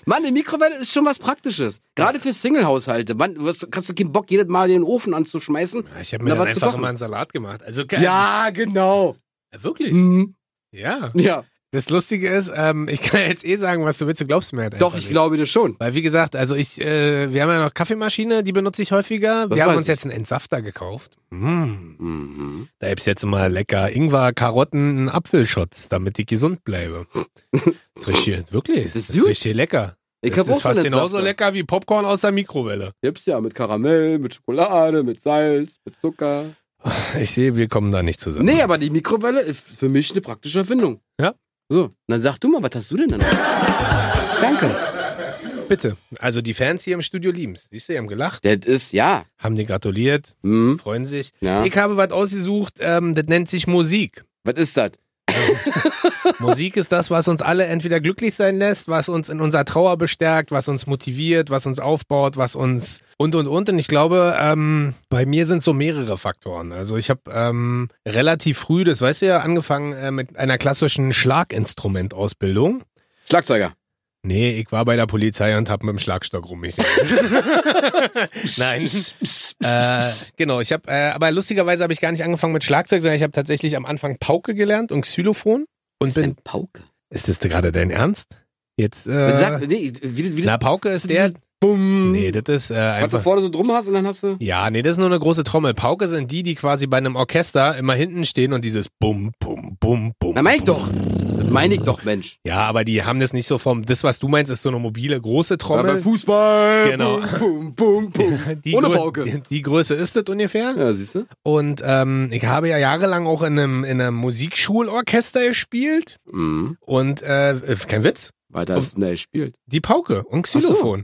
Speaker 2: Mann, eine Mikrowelle ist schon was Praktisches. Gerade für Single-Haushalte. Mann, du hast, hast du keinen Bock, jedes Mal den Ofen anzuschmeißen?
Speaker 1: Ja, Ich habe
Speaker 2: Na,
Speaker 1: mir dann
Speaker 2: was zu
Speaker 1: einfach
Speaker 2: kochen.
Speaker 1: immer einen Salat gemacht. Also, ge-
Speaker 2: Ja, genau.
Speaker 1: Wirklich?
Speaker 2: Mhm.
Speaker 1: Ja.
Speaker 2: Ja,
Speaker 1: Das Lustige ist, ähm, ich kann jetzt eh sagen, was du willst, du glaubst mir halt
Speaker 2: doch,
Speaker 1: einfach
Speaker 2: ich
Speaker 1: nicht.
Speaker 2: glaube dir schon.
Speaker 1: Weil wie gesagt, also ich, äh, wir haben ja noch Kaffeemaschine, die benutze ich häufiger.
Speaker 2: Das
Speaker 1: wir haben
Speaker 2: weiß
Speaker 1: uns
Speaker 2: ich.
Speaker 1: jetzt einen Entsafter gekauft. Mm.
Speaker 2: Mhm.
Speaker 1: Da gibt's jetzt immer lecker Ingwer, Karotten, einen Apfelschutz, damit ich gesund bleibe. Das ist richtig, wirklich.
Speaker 2: Das ist
Speaker 1: das ist
Speaker 2: gut.
Speaker 1: richtig lecker.
Speaker 2: Ich
Speaker 1: das
Speaker 2: habe
Speaker 1: ist
Speaker 2: auch so
Speaker 1: fast
Speaker 2: einen
Speaker 1: genauso
Speaker 2: Entsafter.
Speaker 1: lecker wie Popcorn aus der Mikrowelle.
Speaker 2: Gibt's ja mit Karamell, mit Schokolade, mit Salz, mit Zucker.
Speaker 1: Ich sehe, wir kommen da nicht zusammen.
Speaker 2: Nee, aber die Mikrowelle ist für mich eine praktische Erfindung.
Speaker 1: Ja.
Speaker 2: So, dann sag du mal, was hast du denn da noch? Danke.
Speaker 1: Bitte. Also die Fans hier im Studio lieben's. Siehst du, die haben gelacht,
Speaker 2: Das ist, ja.
Speaker 1: haben dir gratuliert,
Speaker 2: Hm,
Speaker 1: freuen sich.
Speaker 2: ja.
Speaker 1: Ich habe was ausgesucht, ähm, das nennt sich Musik.
Speaker 2: Was ist das?
Speaker 1: Musik ist das, was uns alle entweder glücklich sein lässt, was uns in unserer Trauer bestärkt, was uns motiviert, was uns aufbaut, was uns und und und. Und ich glaube, ähm, bei mir sind so mehrere Faktoren. Also ich habe ähm, relativ früh, das weißt du ja, angefangen äh, mit einer klassischen Schlaginstrumentausbildung.
Speaker 2: Schlagzeuger.
Speaker 1: Nee, ich war bei der Polizei und habe mit dem Schlagstock rum mich. Nein. Äh, genau, ich habe, äh, aber lustigerweise habe ich gar nicht angefangen mit Schlagzeug, sondern ich habe tatsächlich am Anfang Pauke gelernt und Xylophon und
Speaker 2: Was ist
Speaker 1: bin
Speaker 2: denn Pauke?
Speaker 1: ist das gerade dein Ernst? Jetzt,
Speaker 2: Was sagt,
Speaker 1: äh,
Speaker 2: nee, wie, wie,
Speaker 1: na, Pauke ist der,
Speaker 2: bumm.
Speaker 1: nee, das ist äh,
Speaker 2: was du
Speaker 1: einfach,
Speaker 2: vorne so drum hast und dann hast du.
Speaker 1: ja, nee, das ist nur eine große Trommel. Pauke sind die, die quasi bei einem Orchester immer hinten stehen und dieses Bum, Bum, Bum, Bum.
Speaker 2: Na, mein ich
Speaker 1: Bum.
Speaker 2: doch. Das meine ich doch, Mensch.
Speaker 1: Ja, aber die haben das nicht so vom, das, was du meinst, ist so eine mobile, große
Speaker 2: Ja,
Speaker 1: Trommel.
Speaker 2: beim Fußball.
Speaker 1: Genau.
Speaker 2: Bum, bum, bum, bum.
Speaker 1: Die
Speaker 2: Ohne
Speaker 1: Grö-
Speaker 2: Pauke.
Speaker 1: Die, die Größe ist das ungefähr.
Speaker 2: Ja, siehst du?
Speaker 1: Und ähm, ich habe ja jahrelang auch in einem, in einem Musikschulorchester gespielt.
Speaker 2: Mhm.
Speaker 1: Und äh, kein Witz,
Speaker 2: Weiter ist schnell spielt.
Speaker 1: Die Pauke und
Speaker 2: so.
Speaker 1: Xylophon.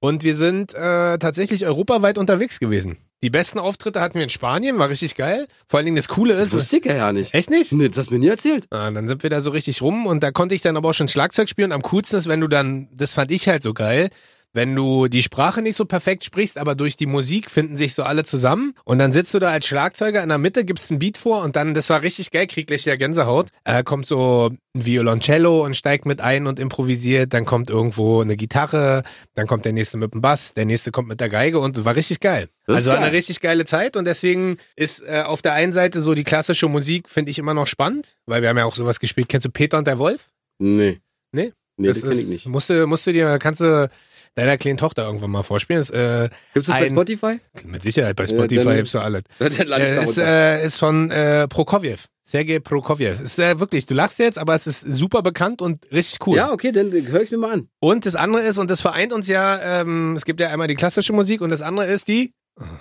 Speaker 1: Und wir sind äh, tatsächlich europaweit unterwegs gewesen. Die besten Auftritte hatten wir in Spanien, war richtig geil. Vor allen Dingen das Coole
Speaker 2: Das
Speaker 1: ist.
Speaker 2: wusste ich ja ja nicht.
Speaker 1: Echt nicht?
Speaker 2: Nee, das hast du mir nie erzählt.
Speaker 1: Ah, dann sind wir da so richtig rum und da konnte ich dann aber auch schon Schlagzeug spielen. Am coolsten ist, wenn du dann, das fand ich halt so geil, wenn du die Sprache nicht so perfekt sprichst, aber durch die Musik finden sich so alle zusammen und dann sitzt du da als Schlagzeuger in der Mitte, gibst einen Beat vor und dann, das war richtig geil, krieg gleich wieder Gänsehaut, äh, kommt so ein Violoncello und steigt mit ein und improvisiert, dann kommt irgendwo eine Gitarre, dann kommt der nächste mit dem Bass, der nächste kommt mit der Geige und war richtig geil.
Speaker 2: Das ist
Speaker 1: also war eine
Speaker 2: geil.
Speaker 1: richtig geile Zeit und deswegen ist äh, auf der einen Seite so die klassische Musik, finde ich immer noch spannend, weil wir haben ja auch sowas gespielt. Kennst du Peter und der Wolf?
Speaker 2: Nee.
Speaker 1: Nee?
Speaker 2: Nee, das, kenn
Speaker 1: ist-
Speaker 2: ich nicht.
Speaker 1: Musst du, musst du dir, kannst du, deiner kleinen Tochter irgendwann mal vorspielen. Ist, äh,
Speaker 2: Gibt's das bei
Speaker 1: Ein-
Speaker 2: Spotify?
Speaker 1: mit Sicherheit, bei
Speaker 2: Ja,
Speaker 1: Spotify
Speaker 2: dann-
Speaker 1: gibt's ja alles.
Speaker 2: Dann lande ich
Speaker 1: Äh,
Speaker 2: da
Speaker 1: ist,
Speaker 2: runter.
Speaker 1: äh, ist von äh, Prokofjew. Sergei Prokofjew. Ist äh, wirklich, du lachst jetzt, aber es ist super bekannt und richtig cool.
Speaker 2: Ja, okay, dann höre ich mir mal an.
Speaker 1: Und das andere ist, und das vereint uns ja, ähm, es gibt ja einmal die klassische Musik und das andere ist die.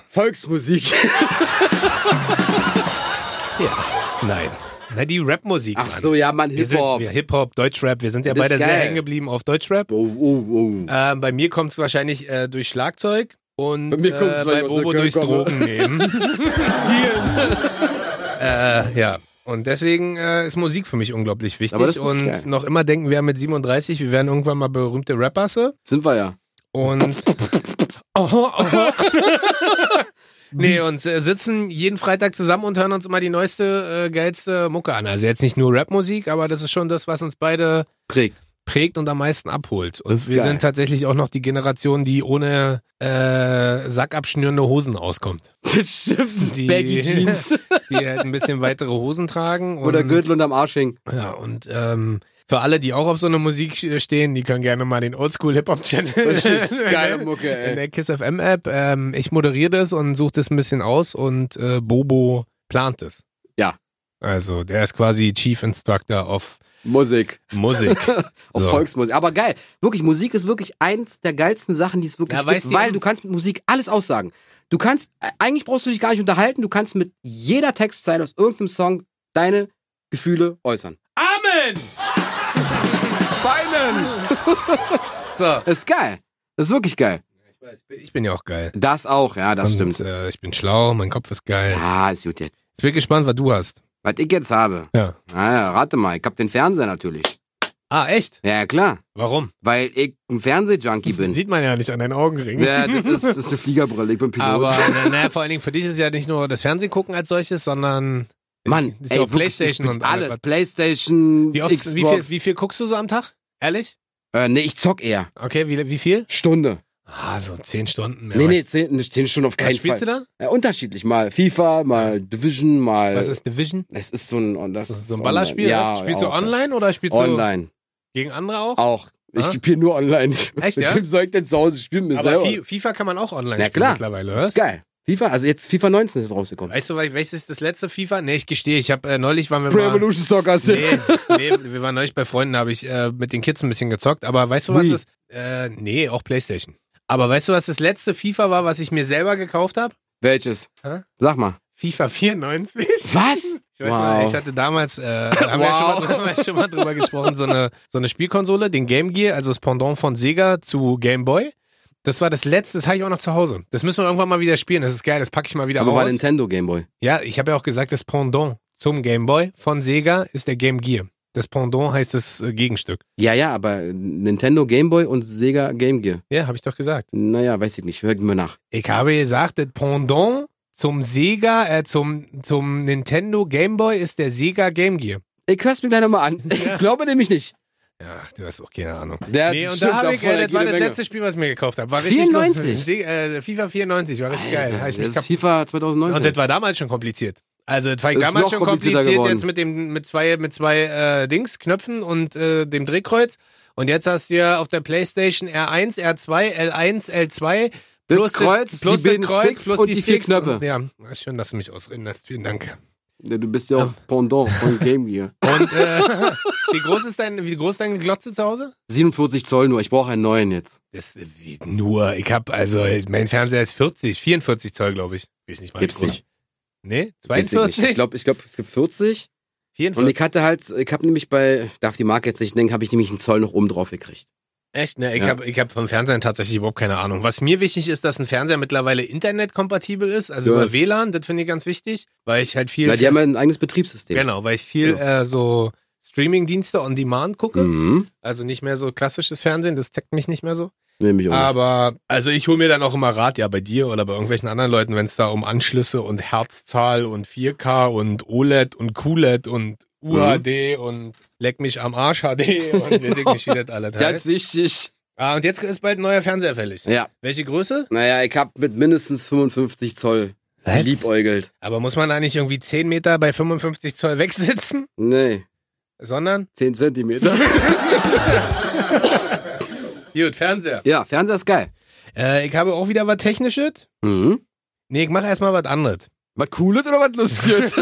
Speaker 2: Volksmusik.
Speaker 1: Nein. Na, die Rap-Musik.
Speaker 2: Ach
Speaker 1: Mann.
Speaker 2: so, ja, Mann,
Speaker 1: Wir sind-
Speaker 2: Hip-Hop.
Speaker 1: wir Hip-Hop, Deutschrap. Wir sind ja
Speaker 2: Das ist
Speaker 1: beide sehr
Speaker 2: geil.
Speaker 1: hängen geblieben auf Deutschrap.
Speaker 2: Oh, oh, oh.
Speaker 1: Ähm, bei mir kommt's wahrscheinlich äh, durch Schlagzeug und
Speaker 2: Bei mir kommt's,
Speaker 1: äh,
Speaker 2: weil
Speaker 1: bei
Speaker 2: ich aus
Speaker 1: Bobo
Speaker 2: der
Speaker 1: durchs
Speaker 2: Köln komme.
Speaker 1: Drogen nehmen. äh, ja. Und deswegen äh, ist Musik für mich unglaublich wichtig.
Speaker 2: Aber das ist
Speaker 1: und
Speaker 2: geil.
Speaker 1: noch immer denken wir mit 37, wir werden irgendwann mal berühmte Rapperse.
Speaker 2: Sind wir ja.
Speaker 1: Und. Aha, aha. nee, und äh, sitzen jeden Freitag zusammen und hören uns immer die neueste, äh, geilste Mucke an. Also jetzt nicht nur Rapmusik, aber das ist schon das, was uns beide
Speaker 2: Prägt.
Speaker 1: prägt und am meisten abholt.
Speaker 2: Das
Speaker 1: Und
Speaker 2: ist
Speaker 1: wir
Speaker 2: geil.
Speaker 1: sind tatsächlich auch noch die Generation, die ohne äh, sackabschnürende Hosen auskommt.
Speaker 2: Das stimmt.
Speaker 1: Die-
Speaker 2: Baggy Jeans.
Speaker 1: Die halt ein bisschen weitere Hosen tragen. Und,
Speaker 2: Oder Gürtel unterm Arsch hängen.
Speaker 1: Ja, und ähm, für alle, die auch auf so eine Musik äh, stehen, die können gerne mal den Oldschool-Hip-Hop-Channel
Speaker 2: Das ist geile Mucke,
Speaker 1: in
Speaker 2: ey.
Speaker 1: der Kiss FM App. Ähm, ich moderiere das und suche das ein bisschen aus und äh, Bobo plant es.
Speaker 2: Ja.
Speaker 1: Also der ist quasi Chief Instructor of
Speaker 2: Musik.
Speaker 1: Musik.
Speaker 2: Auf
Speaker 1: So.
Speaker 2: Volksmusik. Aber geil. Wirklich, Musik ist wirklich eins der geilsten Sachen, die es wirklich
Speaker 1: Ja, weißt
Speaker 2: gibt,
Speaker 1: du-
Speaker 2: weil du kannst mit Musik alles aussagen. Du kannst, äh, eigentlich brauchst du dich gar nicht unterhalten, du kannst mit jeder Textzeile aus irgendeinem Song deine Gefühle äußern.
Speaker 1: Amen! Feinen! so.
Speaker 2: Das ist geil. Das ist wirklich geil.
Speaker 1: Ich bin ja auch geil.
Speaker 2: Das auch, ja, das
Speaker 1: und,
Speaker 2: stimmt.
Speaker 1: Äh, ich bin schlau, mein Kopf ist geil.
Speaker 2: Ah, ist gut jetzt.
Speaker 1: Ich bin gespannt, was du hast.
Speaker 2: Was ich jetzt habe.
Speaker 1: Ja.
Speaker 2: Ah, ja, rate mal, ich hab den Fernseher natürlich.
Speaker 1: Ah, echt?
Speaker 2: Ja, klar.
Speaker 1: Warum?
Speaker 2: Weil ich ein Fernsehjunkie bin.
Speaker 1: Sieht man ja nicht an deinen Augenringen.
Speaker 2: Ja, das ist, das ist eine Fliegerbrille, ich bin Pilot.
Speaker 1: Aber na, na, vor allen Dingen für dich ist ja nicht nur das Fernsehen gucken als solches, sondern
Speaker 2: Mann,
Speaker 1: ist
Speaker 2: ey,
Speaker 1: ja auch
Speaker 2: wirklich, ich
Speaker 1: Playstation
Speaker 2: bin
Speaker 1: und alles.
Speaker 2: alle. Playstation,
Speaker 1: Wie oft,
Speaker 2: Xbox.
Speaker 1: wie viel, wie viel guckst du so am Tag? Ehrlich?
Speaker 2: Äh, nee, ich zock eher.
Speaker 1: Okay, wie, wie viel?
Speaker 2: Stunde.
Speaker 1: Ah, so zehn Stunden mehr.
Speaker 2: nee, nee, zehn, nicht zehn Stunden auf
Speaker 1: Was
Speaker 2: keinen
Speaker 1: spielst
Speaker 2: Fall.
Speaker 1: du da?
Speaker 2: Äh, unterschiedlich. Mal FIFA, mal Division, mal.
Speaker 1: Was ist Division?
Speaker 2: Es ist so ein. und Das
Speaker 1: Das
Speaker 2: ist
Speaker 1: ist so ein
Speaker 2: online.
Speaker 1: Ballerspiel?
Speaker 2: Ja,
Speaker 1: spielst du
Speaker 2: auch.
Speaker 1: online oder spielst
Speaker 2: Online.
Speaker 1: du gegen andere auch?
Speaker 2: Auch. Ich
Speaker 1: Ah?
Speaker 2: spiele nur online.
Speaker 1: Echt,
Speaker 2: Mit
Speaker 1: ja?
Speaker 2: wem soll ich denn zu Hause spielen? Mir
Speaker 1: Aber
Speaker 2: selber.
Speaker 1: Fi- FIFA kann man auch online
Speaker 2: Na
Speaker 1: spielen
Speaker 2: klar.
Speaker 1: mittlerweile,
Speaker 2: Das ist
Speaker 1: oder?
Speaker 2: geil. FIFA, also jetzt FIFA 19 ist rausgekommen.
Speaker 1: Weißt du, wel- welches ist das letzte FIFA? Nee, ich gestehe, ich habe äh, neulich waren wir
Speaker 2: Pro
Speaker 1: mal,
Speaker 2: Evolution Soccer Sim.
Speaker 1: Nee, nee, wir waren neulich bei Freunden, da habe ich äh, mit den Kids ein bisschen gezockt. Aber weißt du, was
Speaker 2: Wii.
Speaker 1: das. Äh, nee, auch Playstation. Aber weißt du, was das letzte FIFA war, was ich mir selber gekauft habe?
Speaker 2: Welches?
Speaker 1: Hä?
Speaker 2: Sag mal.
Speaker 1: FIFA 94.
Speaker 2: Was?
Speaker 1: Ich weiß
Speaker 2: Wow.
Speaker 1: nicht, ich hatte damals, äh, haben, wir
Speaker 2: Wow.
Speaker 1: schon mal, haben wir schon mal drüber gesprochen, so eine, so eine Spielkonsole, den Game Gear, also das Pendant von Sega zu Game Boy. Das war das letzte, das habe ich auch noch zu Hause. Das müssen wir irgendwann mal wieder spielen, das ist geil, das packe ich mal wieder
Speaker 2: Aber war
Speaker 1: aus.
Speaker 2: Nintendo Gameboy.
Speaker 1: Ja, ich habe ja auch gesagt, das Pendant zum Game Boy von Sega ist der Game Gear. Das Pendant heißt das äh, Gegenstück.
Speaker 2: Ja, ja, aber Nintendo Gameboy und Sega Game Gear.
Speaker 1: Ja, habe ich doch gesagt.
Speaker 2: Naja, weiß ich nicht. Hör mir nach.
Speaker 1: Ich habe gesagt, das Pendant zum Sega, äh, zum, zum Nintendo Game Boy ist der Sega Game Gear.
Speaker 2: Ich hör's mir gleich nochmal an. Ich glaube nämlich nicht.
Speaker 1: Ja, du hast auch keine Ahnung.
Speaker 2: Der
Speaker 1: nee, und
Speaker 2: stimmt,
Speaker 1: da habe ich,
Speaker 2: davon
Speaker 1: äh,
Speaker 2: hat
Speaker 1: das war
Speaker 2: jede
Speaker 1: das
Speaker 2: Menge.
Speaker 1: letzte Spiel, was ich mir gekauft habe. War
Speaker 2: 94?
Speaker 1: Richtig, Se- äh, FIFA 94, war richtig geil. Hab
Speaker 2: Alter,
Speaker 1: ich
Speaker 2: das
Speaker 1: mich
Speaker 2: ist
Speaker 1: kaputt.
Speaker 2: FIFA
Speaker 1: Und das
Speaker 2: 2019.
Speaker 1: war damals schon kompliziert. Also das war
Speaker 2: Das ist
Speaker 1: damals
Speaker 2: noch
Speaker 1: schon
Speaker 2: komplizierter
Speaker 1: kompliziert,
Speaker 2: geworden.
Speaker 1: jetzt mit dem mit zwei mit zwei äh, Dings, Knöpfen und äh, dem Drehkreuz. Und jetzt hast du ja auf der Playstation R1, R2, L1, L2
Speaker 2: Das
Speaker 1: plus
Speaker 2: Kreuz,
Speaker 1: das- plus
Speaker 2: die beiden
Speaker 1: das Kreuz,
Speaker 2: Sticks
Speaker 1: plus
Speaker 2: und
Speaker 1: die
Speaker 2: die vier
Speaker 1: Sticks.
Speaker 2: Knöpfe.
Speaker 1: Und, ja, ist schön, dass du mich ausreden lässt. Vielen Dank.
Speaker 2: Ja, Du bist ja auch Pendant von Game Gear.
Speaker 1: Und äh, wie groß ist dein wie groß ist deine Glotze zu Hause?
Speaker 2: 47 Zoll nur, ich brauche einen neuen jetzt.
Speaker 1: Das äh, wie- nur, ich hab also, mein Fernseher ist 40, 44 Zoll, glaube ich. Weiß nicht mal. wie
Speaker 2: Gibt's
Speaker 1: groß.
Speaker 2: nicht.
Speaker 1: Nee,
Speaker 2: Weiß ich nicht.
Speaker 1: 42?
Speaker 2: Ich glaube, ich glaub, es gibt 40. Und
Speaker 1: 44.
Speaker 2: ich hatte halt, ich habe nämlich bei, darf die Marke jetzt nicht nennen, habe ich nämlich einen Zoll noch oben drauf gekriegt.
Speaker 1: Echt, ne? Ich
Speaker 2: Ja.
Speaker 1: hab, ich hab vom Fernsehen tatsächlich überhaupt keine Ahnung. Was mir wichtig ist, dass ein Fernseher mittlerweile internetkompatibel ist, also
Speaker 2: Ja,
Speaker 1: über
Speaker 2: das-
Speaker 1: WLAN, das finde ich ganz wichtig, weil ich halt viel.
Speaker 2: Weil die haben ja ein eigenes Betriebssystem.
Speaker 1: genau, weil ich viel äh, so Streaming-Dienste on Demand gucke.
Speaker 2: Mhm.
Speaker 1: Also nicht mehr so klassisches Fernsehen, das teckt mich nicht mehr so.
Speaker 2: Nehme ich um. auch nicht.
Speaker 1: Aber, also ich hole mir dann auch immer Rat, ja, bei dir oder bei irgendwelchen anderen Leuten, wenn es da um Anschlüsse und Herzzahl und 4K und OLED und QLED und UHD und leck mich am Arsch HD und wir sehen nicht, wie das alles
Speaker 2: Ganz
Speaker 1: heißt.
Speaker 2: wichtig.
Speaker 1: Ah, und jetzt ist bald ein neuer Fernseher fällig.
Speaker 2: Ja,
Speaker 1: Welche Größe?
Speaker 2: naja, ich habe mit mindestens 55 Zoll liebäugelt.
Speaker 1: Aber muss man da nicht irgendwie 10 Meter bei 55 Zoll wegsitzen?
Speaker 2: Nee,
Speaker 1: Sondern?
Speaker 2: 10 Zentimeter.
Speaker 1: Gut, Fernseher.
Speaker 2: Ja, Fernseher ist geil.
Speaker 1: Äh, ich habe auch wieder was Technisches.
Speaker 2: Mhm.
Speaker 1: Nee, ich mache erstmal was anderes.
Speaker 2: Was cooles oder was lustiges?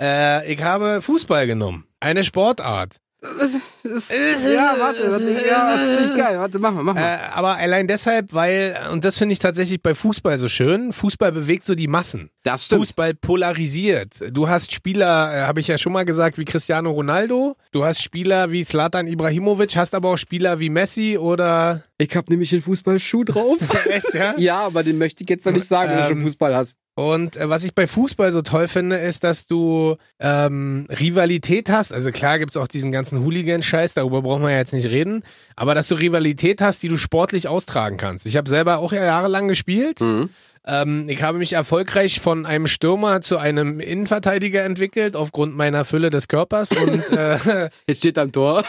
Speaker 1: Äh, ich habe Fußball genommen. Eine Sportart.
Speaker 2: Ist- ja, warte, warte, ja, das finde ich geil. Warte, mach mal, mach
Speaker 1: Äh,
Speaker 2: mal.
Speaker 1: aber allein deshalb, weil, und das finde ich tatsächlich bei Fußball so schön, Fußball bewegt so die Massen.
Speaker 2: das stimmt.
Speaker 1: Fußball polarisiert. Du hast Spieler, äh, habe ich ja schon mal gesagt, wie Cristiano Ronaldo. Du hast Spieler wie Zlatan Ibrahimovic, hast aber auch Spieler wie Messi oder...
Speaker 2: Ich habe nämlich den Fußballschuh drauf.
Speaker 1: Echt, ja?
Speaker 2: ja, aber den möchte ich jetzt noch nicht sagen, wenn du schon
Speaker 1: Ähm,
Speaker 2: Fußball hast.
Speaker 1: Und äh, was ich bei Fußball so toll finde, ist, dass du ähm, Rivalität hast. Also klar gibt's auch diesen ganzen Hooligan-Scheiß, darüber brauchen wir ja jetzt nicht reden. Aber dass du Rivalität hast, die du sportlich austragen kannst. Ich habe selber auch ja jahrelang gespielt.
Speaker 2: Mhm.
Speaker 1: Ähm, ich habe mich erfolgreich von einem Stürmer zu einem Innenverteidiger entwickelt, aufgrund meiner Fülle des Körpers. Und äh,
Speaker 2: Jetzt steht am Tor.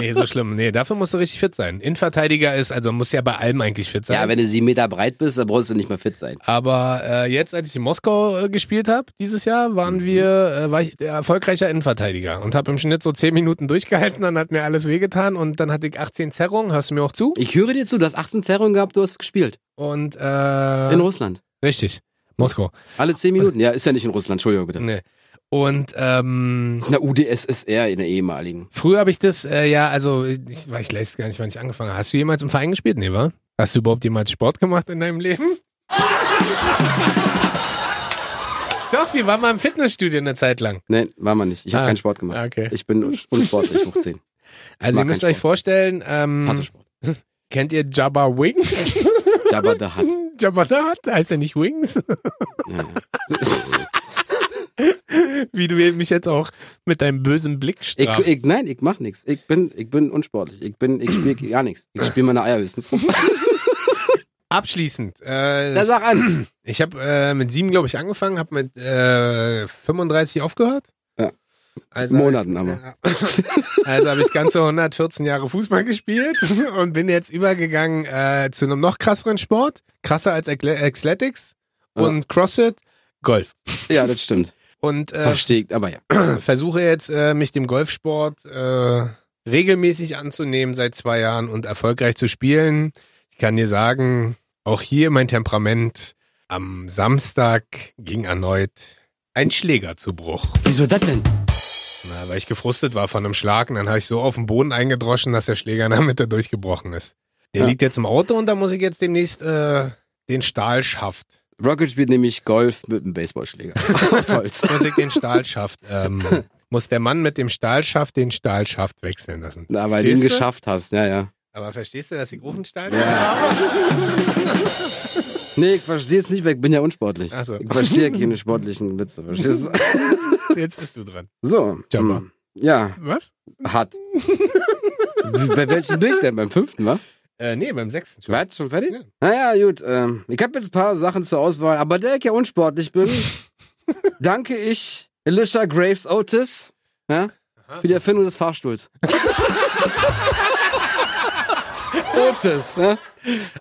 Speaker 1: nee, so schlimm. Nee, dafür musst du richtig fit sein. Innenverteidiger ist, also muss ja bei allem eigentlich fit sein.
Speaker 2: Ja, wenn du sieben Meter breit bist, dann brauchst du nicht mal fit sein.
Speaker 1: Aber äh, jetzt, als ich in Moskau äh, gespielt habe, dieses Jahr, waren wir, äh, war ich der erfolgreicher Innenverteidiger und habe im Schnitt so 10 Minuten durchgehalten, dann hat mir alles wehgetan und dann hatte ich 18 Zerrungen, hörst du mir auch zu?
Speaker 2: Ich höre dir zu, du hast 18 Zerrungen gehabt, du hast gespielt.
Speaker 1: Und
Speaker 2: In
Speaker 1: äh,
Speaker 2: Russland.
Speaker 1: richtig, Moskau.
Speaker 2: Alle 10 Minuten. Ja, ist ja nicht in Russland, Entschuldigung bitte.
Speaker 1: Nee. Und ähm,
Speaker 2: Das ist eine UdSSR in der ehemaligen.
Speaker 1: früher habe ich das, äh, ja, also ich, weiß- ich weiß gar nicht, wann ich angefangen habe. Hast du jemals im Verein gespielt? Nee, war? Hast du überhaupt jemals Sport gemacht in deinem Leben? Doch, wir waren mal im Fitnessstudio eine Zeit lang.
Speaker 2: Nein, war man nicht. Ich habe
Speaker 1: Ah,
Speaker 2: keinen Sport gemacht.
Speaker 1: okay.
Speaker 2: Ich bin un- unsportlich, hoch 10.
Speaker 1: Also ihr
Speaker 2: mag
Speaker 1: müsst
Speaker 2: keinen
Speaker 1: euch
Speaker 2: Sport.
Speaker 1: vorstellen, ähm,
Speaker 2: Hasse Sport.
Speaker 1: kennt ihr Jabba Wings?
Speaker 2: Jabba the Hutt.
Speaker 1: Jabba the Hutt, heißt er nicht Wings?
Speaker 2: Ja, ja.
Speaker 1: Wie du mich jetzt auch mit deinem bösen Blick
Speaker 2: Ich,
Speaker 1: strafst.
Speaker 2: ich, nein, ich mach nichts. Ich bin, ich bin unsportlich. Ich bin, ich spiele gar nichts. Ich spiele meine Eier höchstens rum.
Speaker 1: Abschließend, äh,
Speaker 2: Ja, sag an.
Speaker 1: ich habe äh, mit sieben, glaube ich, angefangen, habe mit äh, 35 aufgehört.
Speaker 2: Ja.
Speaker 1: Also
Speaker 2: Monaten aber.
Speaker 1: Ja. Also habe ich ganze 114 Jahre Fußball gespielt und bin jetzt übergegangen äh, zu einem noch krasseren Sport, krasser als Atle- Athletics
Speaker 2: Ja.
Speaker 1: und CrossFit, Golf.
Speaker 2: Ja, das stimmt.
Speaker 1: Und äh,
Speaker 2: Verstehe ich, aber ja.
Speaker 1: versuche jetzt, äh, mich dem Golfsport äh, regelmäßig anzunehmen seit zwei Jahren und erfolgreich zu spielen. Ich kann dir sagen, auch hier mein Temperament am Samstag ging erneut ein Schläger zu Bruch.
Speaker 2: Wieso das denn?
Speaker 1: Na, weil ich gefrustet war von einem Schlag und dann habe ich so auf den Boden eingedroschen, dass der Schläger in der Mitte durchgebrochen ist. Der
Speaker 2: Ja.
Speaker 1: liegt jetzt im Auto und da muss ich jetzt demnächst äh, den Stahlschaft,
Speaker 2: Rocket spielt nämlich Golf mit einem Baseballschläger. Aus Holz.
Speaker 1: muss ich den Stahlschaft, ähm, muss der Mann mit dem Stahlschaft den Stahlschaft wechseln lassen.
Speaker 2: Na, weil du ihn
Speaker 1: Verstehst du?
Speaker 2: geschafft hast, ja, ja.
Speaker 1: Aber verstehst du, dass ich Ruchenstein
Speaker 2: Nee, ich verstehe es nicht, weil ich bin ja unsportlich.
Speaker 1: Ach so.
Speaker 2: Ich verstehe keine sportlichen Witze, verstehst du?
Speaker 1: Jetzt bist du dran.
Speaker 2: So.
Speaker 1: Jabba.
Speaker 2: hm. Ja,
Speaker 1: Was?
Speaker 2: hat. Bei welchem Bild denn? Beim fünften, wa?
Speaker 1: Äh, nee, beim sechsten schon.
Speaker 2: Weit schon fertig?
Speaker 1: Ja.
Speaker 2: Naja, gut. Ähm, ich habe jetzt ein paar Sachen zur Auswahl, aber da ich ja unsportlich bin, danke ich Alicia Graves Otis ja, für die Erfindung des Fahrstuhls. Otis, ne?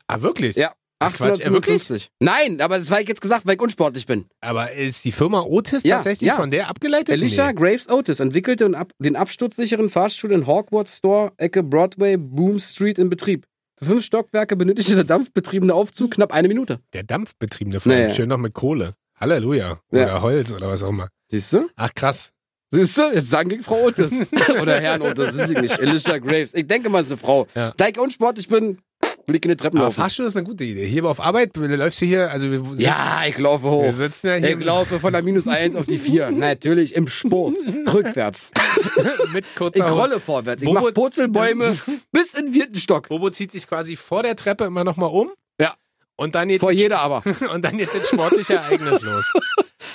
Speaker 1: Ah, wirklich?
Speaker 2: Ja.
Speaker 1: Quatsch, äh, wirklich?
Speaker 2: 1855. Nein, aber das war ich jetzt gesagt, weil ich unsportlich bin.
Speaker 1: Aber ist die Firma Otis
Speaker 2: Ja,
Speaker 1: tatsächlich
Speaker 2: ja.
Speaker 1: von der abgeleitet?
Speaker 2: Alicia Graves Otis entwickelte und ab, den absturzsicheren Fahrstuhl in Hogwarts Store, Ecke Broadway, Boom Street in Betrieb. Für fünf Stockwerke benötigte der dampfbetriebene Aufzug knapp eine Minute.
Speaker 1: Der dampfbetriebene Firma.
Speaker 2: Nee.
Speaker 1: Schön noch mit Kohle. Halleluja.
Speaker 2: Ja.
Speaker 1: Oder Holz oder was auch immer.
Speaker 2: Siehst du?
Speaker 1: Ach, krass.
Speaker 2: Siehst du, jetzt sagen die Frau Otis. Oder Herrn Otis, weiß ich nicht. Alicia Graves. Ich denke mal, es ist eine Frau.
Speaker 1: Ja.
Speaker 2: Da ich unsportlich bin, blick in die Treppen
Speaker 1: Aber
Speaker 2: laufen.
Speaker 1: Fahrstuhl ist eine gute Idee. Hier auf Arbeit läufst du hier, also wir,
Speaker 2: Ja, ich laufe
Speaker 1: wir
Speaker 2: hoch.
Speaker 1: sitzen ja hier
Speaker 2: Ich laufe von der minus 1 auf die 4. Natürlich, im Sport. Rückwärts.
Speaker 1: mit
Speaker 2: Ich
Speaker 1: kurzer Hose.
Speaker 2: rolle vorwärts. Ich mache
Speaker 1: Bobo-
Speaker 2: Purzelbäume bis in den vierten Stock.
Speaker 1: Bobo zieht sich quasi vor der Treppe immer nochmal um.
Speaker 2: Ja.
Speaker 1: Und dann geht,
Speaker 2: Vor jeder aber.
Speaker 1: und dann geht das sportliche Ereignis los.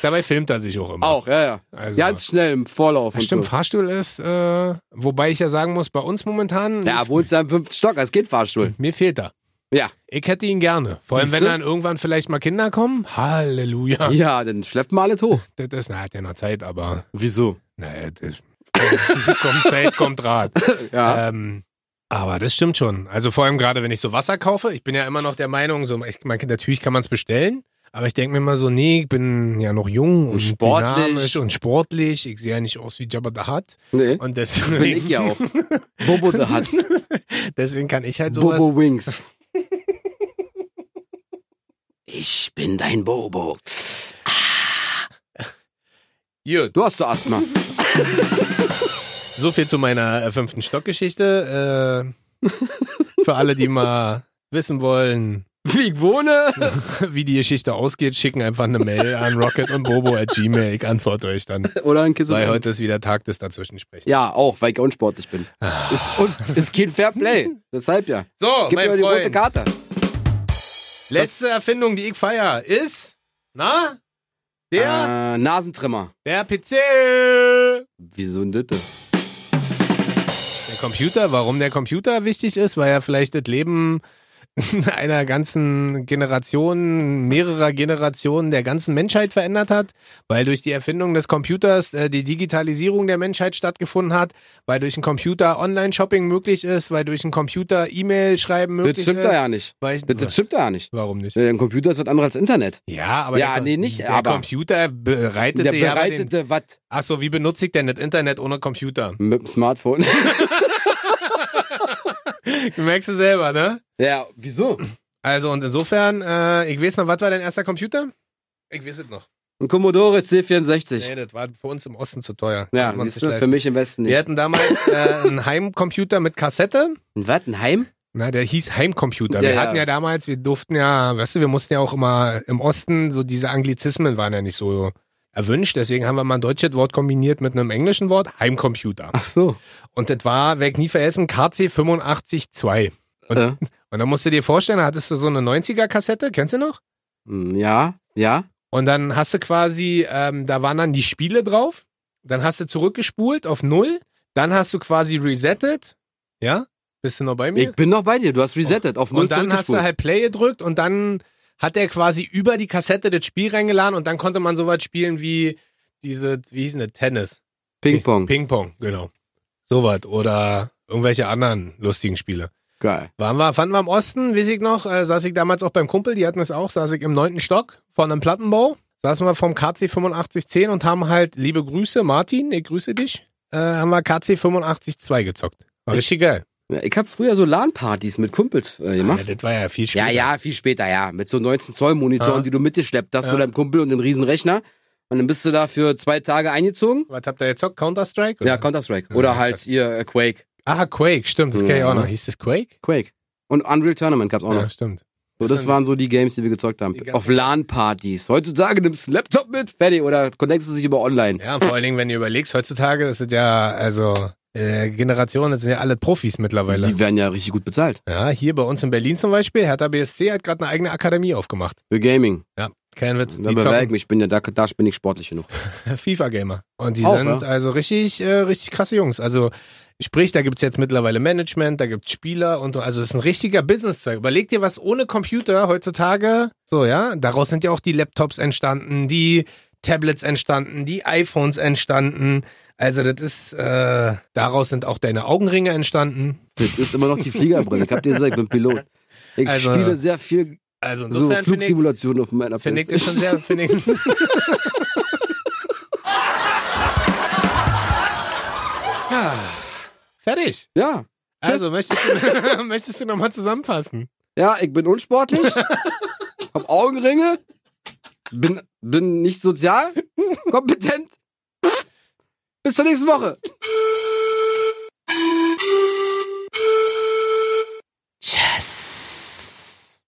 Speaker 1: Dabei filmt er sich auch immer.
Speaker 2: Auch, ja, ja.
Speaker 1: Also.
Speaker 2: Ganz schnell im Vorlauf
Speaker 1: Ja,
Speaker 2: und
Speaker 1: stimmt,
Speaker 2: so.
Speaker 1: Fahrstuhl ist, äh, wobei ich ja sagen muss, bei uns momentan,
Speaker 2: Ja, wohnst du im fünften Stock, es geht Fahrstuhl.
Speaker 1: mir fehlt er.
Speaker 2: Ja.
Speaker 1: Ich hätte ihn gerne. Vor allem, wenn
Speaker 2: Siehste?
Speaker 1: dann irgendwann vielleicht mal Kinder kommen. Halleluja.
Speaker 2: Ja, dann schleppt mal alles hoch.
Speaker 1: Das ist, na, hat ja noch Zeit, aber,
Speaker 2: Wieso?
Speaker 1: naja, das, kommt Zeit, kommt Rat.
Speaker 2: Ja.
Speaker 1: Ähm, aber das stimmt schon. Also vor allem gerade, wenn ich so Wasser kaufe, ich bin ja immer noch der Meinung, so, ich, man, kann- natürlich kann man es bestellen, Aber ich denke mir mal so, nee, ich bin ja noch jung und,
Speaker 2: sportlich.
Speaker 1: dynamisch und sportlich. Ich sehe ja nicht aus wie Jabba the Hutt.
Speaker 2: Nee.
Speaker 1: Und
Speaker 2: Bin ich
Speaker 1: deswegen,
Speaker 2: ja auch. Bobo the Hutt.
Speaker 1: deswegen kann ich halt sowas.
Speaker 2: Bobo Wings. Ich bin dein Bobo.
Speaker 1: Gut.
Speaker 2: Du hast so Asthma.
Speaker 1: So viel zu meiner äh, fünften Stockgeschichte. Äh, für alle, die mal wissen wollen,
Speaker 2: Wie ich wohne.
Speaker 1: wie die Geschichte ausgeht, schicken einfach eine Mail an rocket und bobo at gmail. Ich antworte euch dann.
Speaker 2: Oder ein Kissen.
Speaker 1: Weil heute ist wieder Tag des Dazwischensprechens.
Speaker 2: Ja, auch, weil ich unsportlich bin. Ist, un ist kein Fairplay. Deshalb ja.
Speaker 1: So,
Speaker 2: Gib
Speaker 1: Ah.
Speaker 2: mir
Speaker 1: Oh, mein
Speaker 2: die rote
Speaker 1: Freund,
Speaker 2: Karte.
Speaker 1: letzte Erfindung, die ich feier, ist, na, der,
Speaker 2: Äh, Nasentrimmer.
Speaker 1: der PC.
Speaker 2: Wieso denn das?
Speaker 1: Der Computer, warum der Computer wichtig ist, weil er vielleicht das Leben einer ganzen Generation, mehrerer Generationen der ganzen Menschheit verändert hat, weil durch die Erfindung des Computers äh, die Digitalisierung der Menschheit stattgefunden hat, weil durch einen Computer Online-Shopping möglich ist, weil durch einen Computer E-Mail schreiben möglich
Speaker 2: Das stimmt
Speaker 1: ist.
Speaker 2: doch ja nicht.
Speaker 1: Weil ich,
Speaker 2: Das, das stimmt doch ja nicht.
Speaker 1: warum nicht?
Speaker 2: Ein Computer ist was anderes als Internet.
Speaker 1: Ja, aber
Speaker 2: Ja,
Speaker 1: der,
Speaker 2: nee, nicht,
Speaker 1: der
Speaker 2: aber-
Speaker 1: Computer bereitete
Speaker 2: Der
Speaker 1: ja den,
Speaker 2: bereitete was?
Speaker 1: Ach so, wie benutze ich denn das Internet ohne Computer?
Speaker 2: Mit dem Smartphone.
Speaker 1: Du merkst es selber, ne?
Speaker 2: ja, wieso?
Speaker 1: Also und insofern, äh, ich weiß noch, was war dein erster Computer? Ich weiß es noch.
Speaker 2: Ein Commodore C64.
Speaker 1: Nee, das war für uns im Osten zu teuer.
Speaker 2: ja,
Speaker 1: Konnten wir uns
Speaker 2: siehst du,
Speaker 1: nicht
Speaker 2: für
Speaker 1: leisten.
Speaker 2: mich im Westen nicht.
Speaker 1: Wir hatten damals äh, einen Heimcomputer mit Kassette.
Speaker 2: Ein was? Ein Heim?
Speaker 1: Na, der hieß Heimcomputer.
Speaker 2: Ja,
Speaker 1: wir
Speaker 2: ja.
Speaker 1: hatten ja damals, wir durften ja, weißt du, wir mussten ja auch immer im Osten, so diese Anglizismen waren ja nicht so erwünscht. Deswegen haben wir mal ein deutsches Wort kombiniert mit einem englischen Wort, Heimcomputer.
Speaker 2: Ach so.
Speaker 1: Und das war, werd ich nie vergessen, KC 852. Und-
Speaker 2: Äh,
Speaker 1: Und dann musst du dir vorstellen, da hattest du so eine 90er-Kassette, kennst du noch?
Speaker 2: mm, ja, ja.
Speaker 1: Und dann hast du quasi, ähm, da waren dann die Spiele drauf. Dann hast du zurückgespult auf Null. Dann hast du quasi resettet. Ja? Bist du noch bei mir?
Speaker 2: Ich bin noch bei dir. Du hast resettet auf null
Speaker 1: und dann hast du
Speaker 2: zurückgespult.
Speaker 1: halt Play gedrückt und dann hat er quasi über die Kassette das Spiel reingeladen und dann konnte man sowas spielen wie diese, wie hieß denn das? Tennis?
Speaker 2: Ping-Pong.
Speaker 1: Ping-Pong, genau. Sowas. Oder irgendwelche anderen lustigen Spiele.
Speaker 2: Geil.
Speaker 1: Waren wir, fanden wir im Osten, weiß ich noch, äh, saß ich damals auch beim Kumpel, die hatten es auch, saß ich im neunten Stock von einem Plattenbau, saßen wir vom KC 8510 und haben halt, liebe Grüße, Martin, ich grüße dich, äh, haben wir KC 852 gezockt. War richtig geil.
Speaker 2: Ja, ich habe früher so LAN-Partys mit Kumpels äh, gemacht.
Speaker 1: Ja, das war ja viel später.
Speaker 2: Ja, ja, viel später, ja. Mit so 19-Zoll-Monitoren,
Speaker 1: Ah.
Speaker 2: die du mitgeschleppt hast
Speaker 1: Ja.
Speaker 2: zu deinem Kumpel und dem Riesenrechner. Und dann bist du da für zwei Tage eingezogen.
Speaker 1: Was habt ihr gezockt? Counter-Strike?
Speaker 2: Ja,
Speaker 1: Counter
Speaker 2: Counter-Strike.
Speaker 1: Ja,
Speaker 2: Oder
Speaker 1: Genau. ja,
Speaker 2: halt
Speaker 1: krass.
Speaker 2: hier äh, Quake.
Speaker 1: Ah, Quake, stimmt, das kenn ich auch
Speaker 2: Ja.
Speaker 1: noch. Hieß das Quake?
Speaker 2: Quake. Und Unreal Tournament gab's auch
Speaker 1: ja,
Speaker 2: noch.
Speaker 1: stimmt.
Speaker 2: So,
Speaker 1: das
Speaker 2: das
Speaker 1: sind-
Speaker 2: waren so die Games, die wir gezockt haben.
Speaker 1: Die ganzen-
Speaker 2: Auf LAN-Partys. Heutzutage nimmst du einen Laptop mit, fertig, oder connectest dich über online.
Speaker 1: Ja, und vor allen Dingen, wenn du überlegst, heutzutage, das sind ja, also, äh, Generationen, das sind ja alle Profis mittlerweile.
Speaker 2: Die werden ja richtig gut bezahlt.
Speaker 1: Ja, hier bei uns in Berlin zum Beispiel, Hertha BSC hat gerade eine eigene Akademie aufgemacht.
Speaker 2: Für Gaming.
Speaker 1: Ja, kein Witz.
Speaker 2: Da
Speaker 1: Die
Speaker 2: bewerbe ich
Speaker 1: zocken
Speaker 2: mich, bin ja, da, da bin ich sportlich genug.
Speaker 1: FIFA-Gamer. Und die
Speaker 2: Auch,
Speaker 1: sind
Speaker 2: ja.
Speaker 1: also richtig, äh, richtig krasse Jungs. Also sprich, da gibt's jetzt mittlerweile Management, da gibt's Spieler und also es ist ein richtiger Business-Zweig. Überleg dir was ohne Computer heutzutage. So, ja, daraus sind ja auch die Laptops entstanden, die Tablets entstanden, die iPhones entstanden. Also das ist, äh, daraus sind auch deine Augenringe entstanden.
Speaker 2: Das ist immer noch die Fliegerbrille. Ich hab dir gesagt, ich bin Pilot. Ich
Speaker 1: Also-
Speaker 2: spiele sehr viel
Speaker 1: Also
Speaker 2: so
Speaker 1: insofern finde ich,
Speaker 2: Flugsimulationen auf meiner
Speaker 1: Finde ich das schon sehr. Finde ich. ja. Fertig.
Speaker 2: Ja.
Speaker 1: Also, möchtest du, möchtest du nochmal zusammenfassen?
Speaker 2: Ja, ich bin unsportlich, hab Augenringe, bin, bin nicht sozial, kompetent. Bis zur nächsten Woche.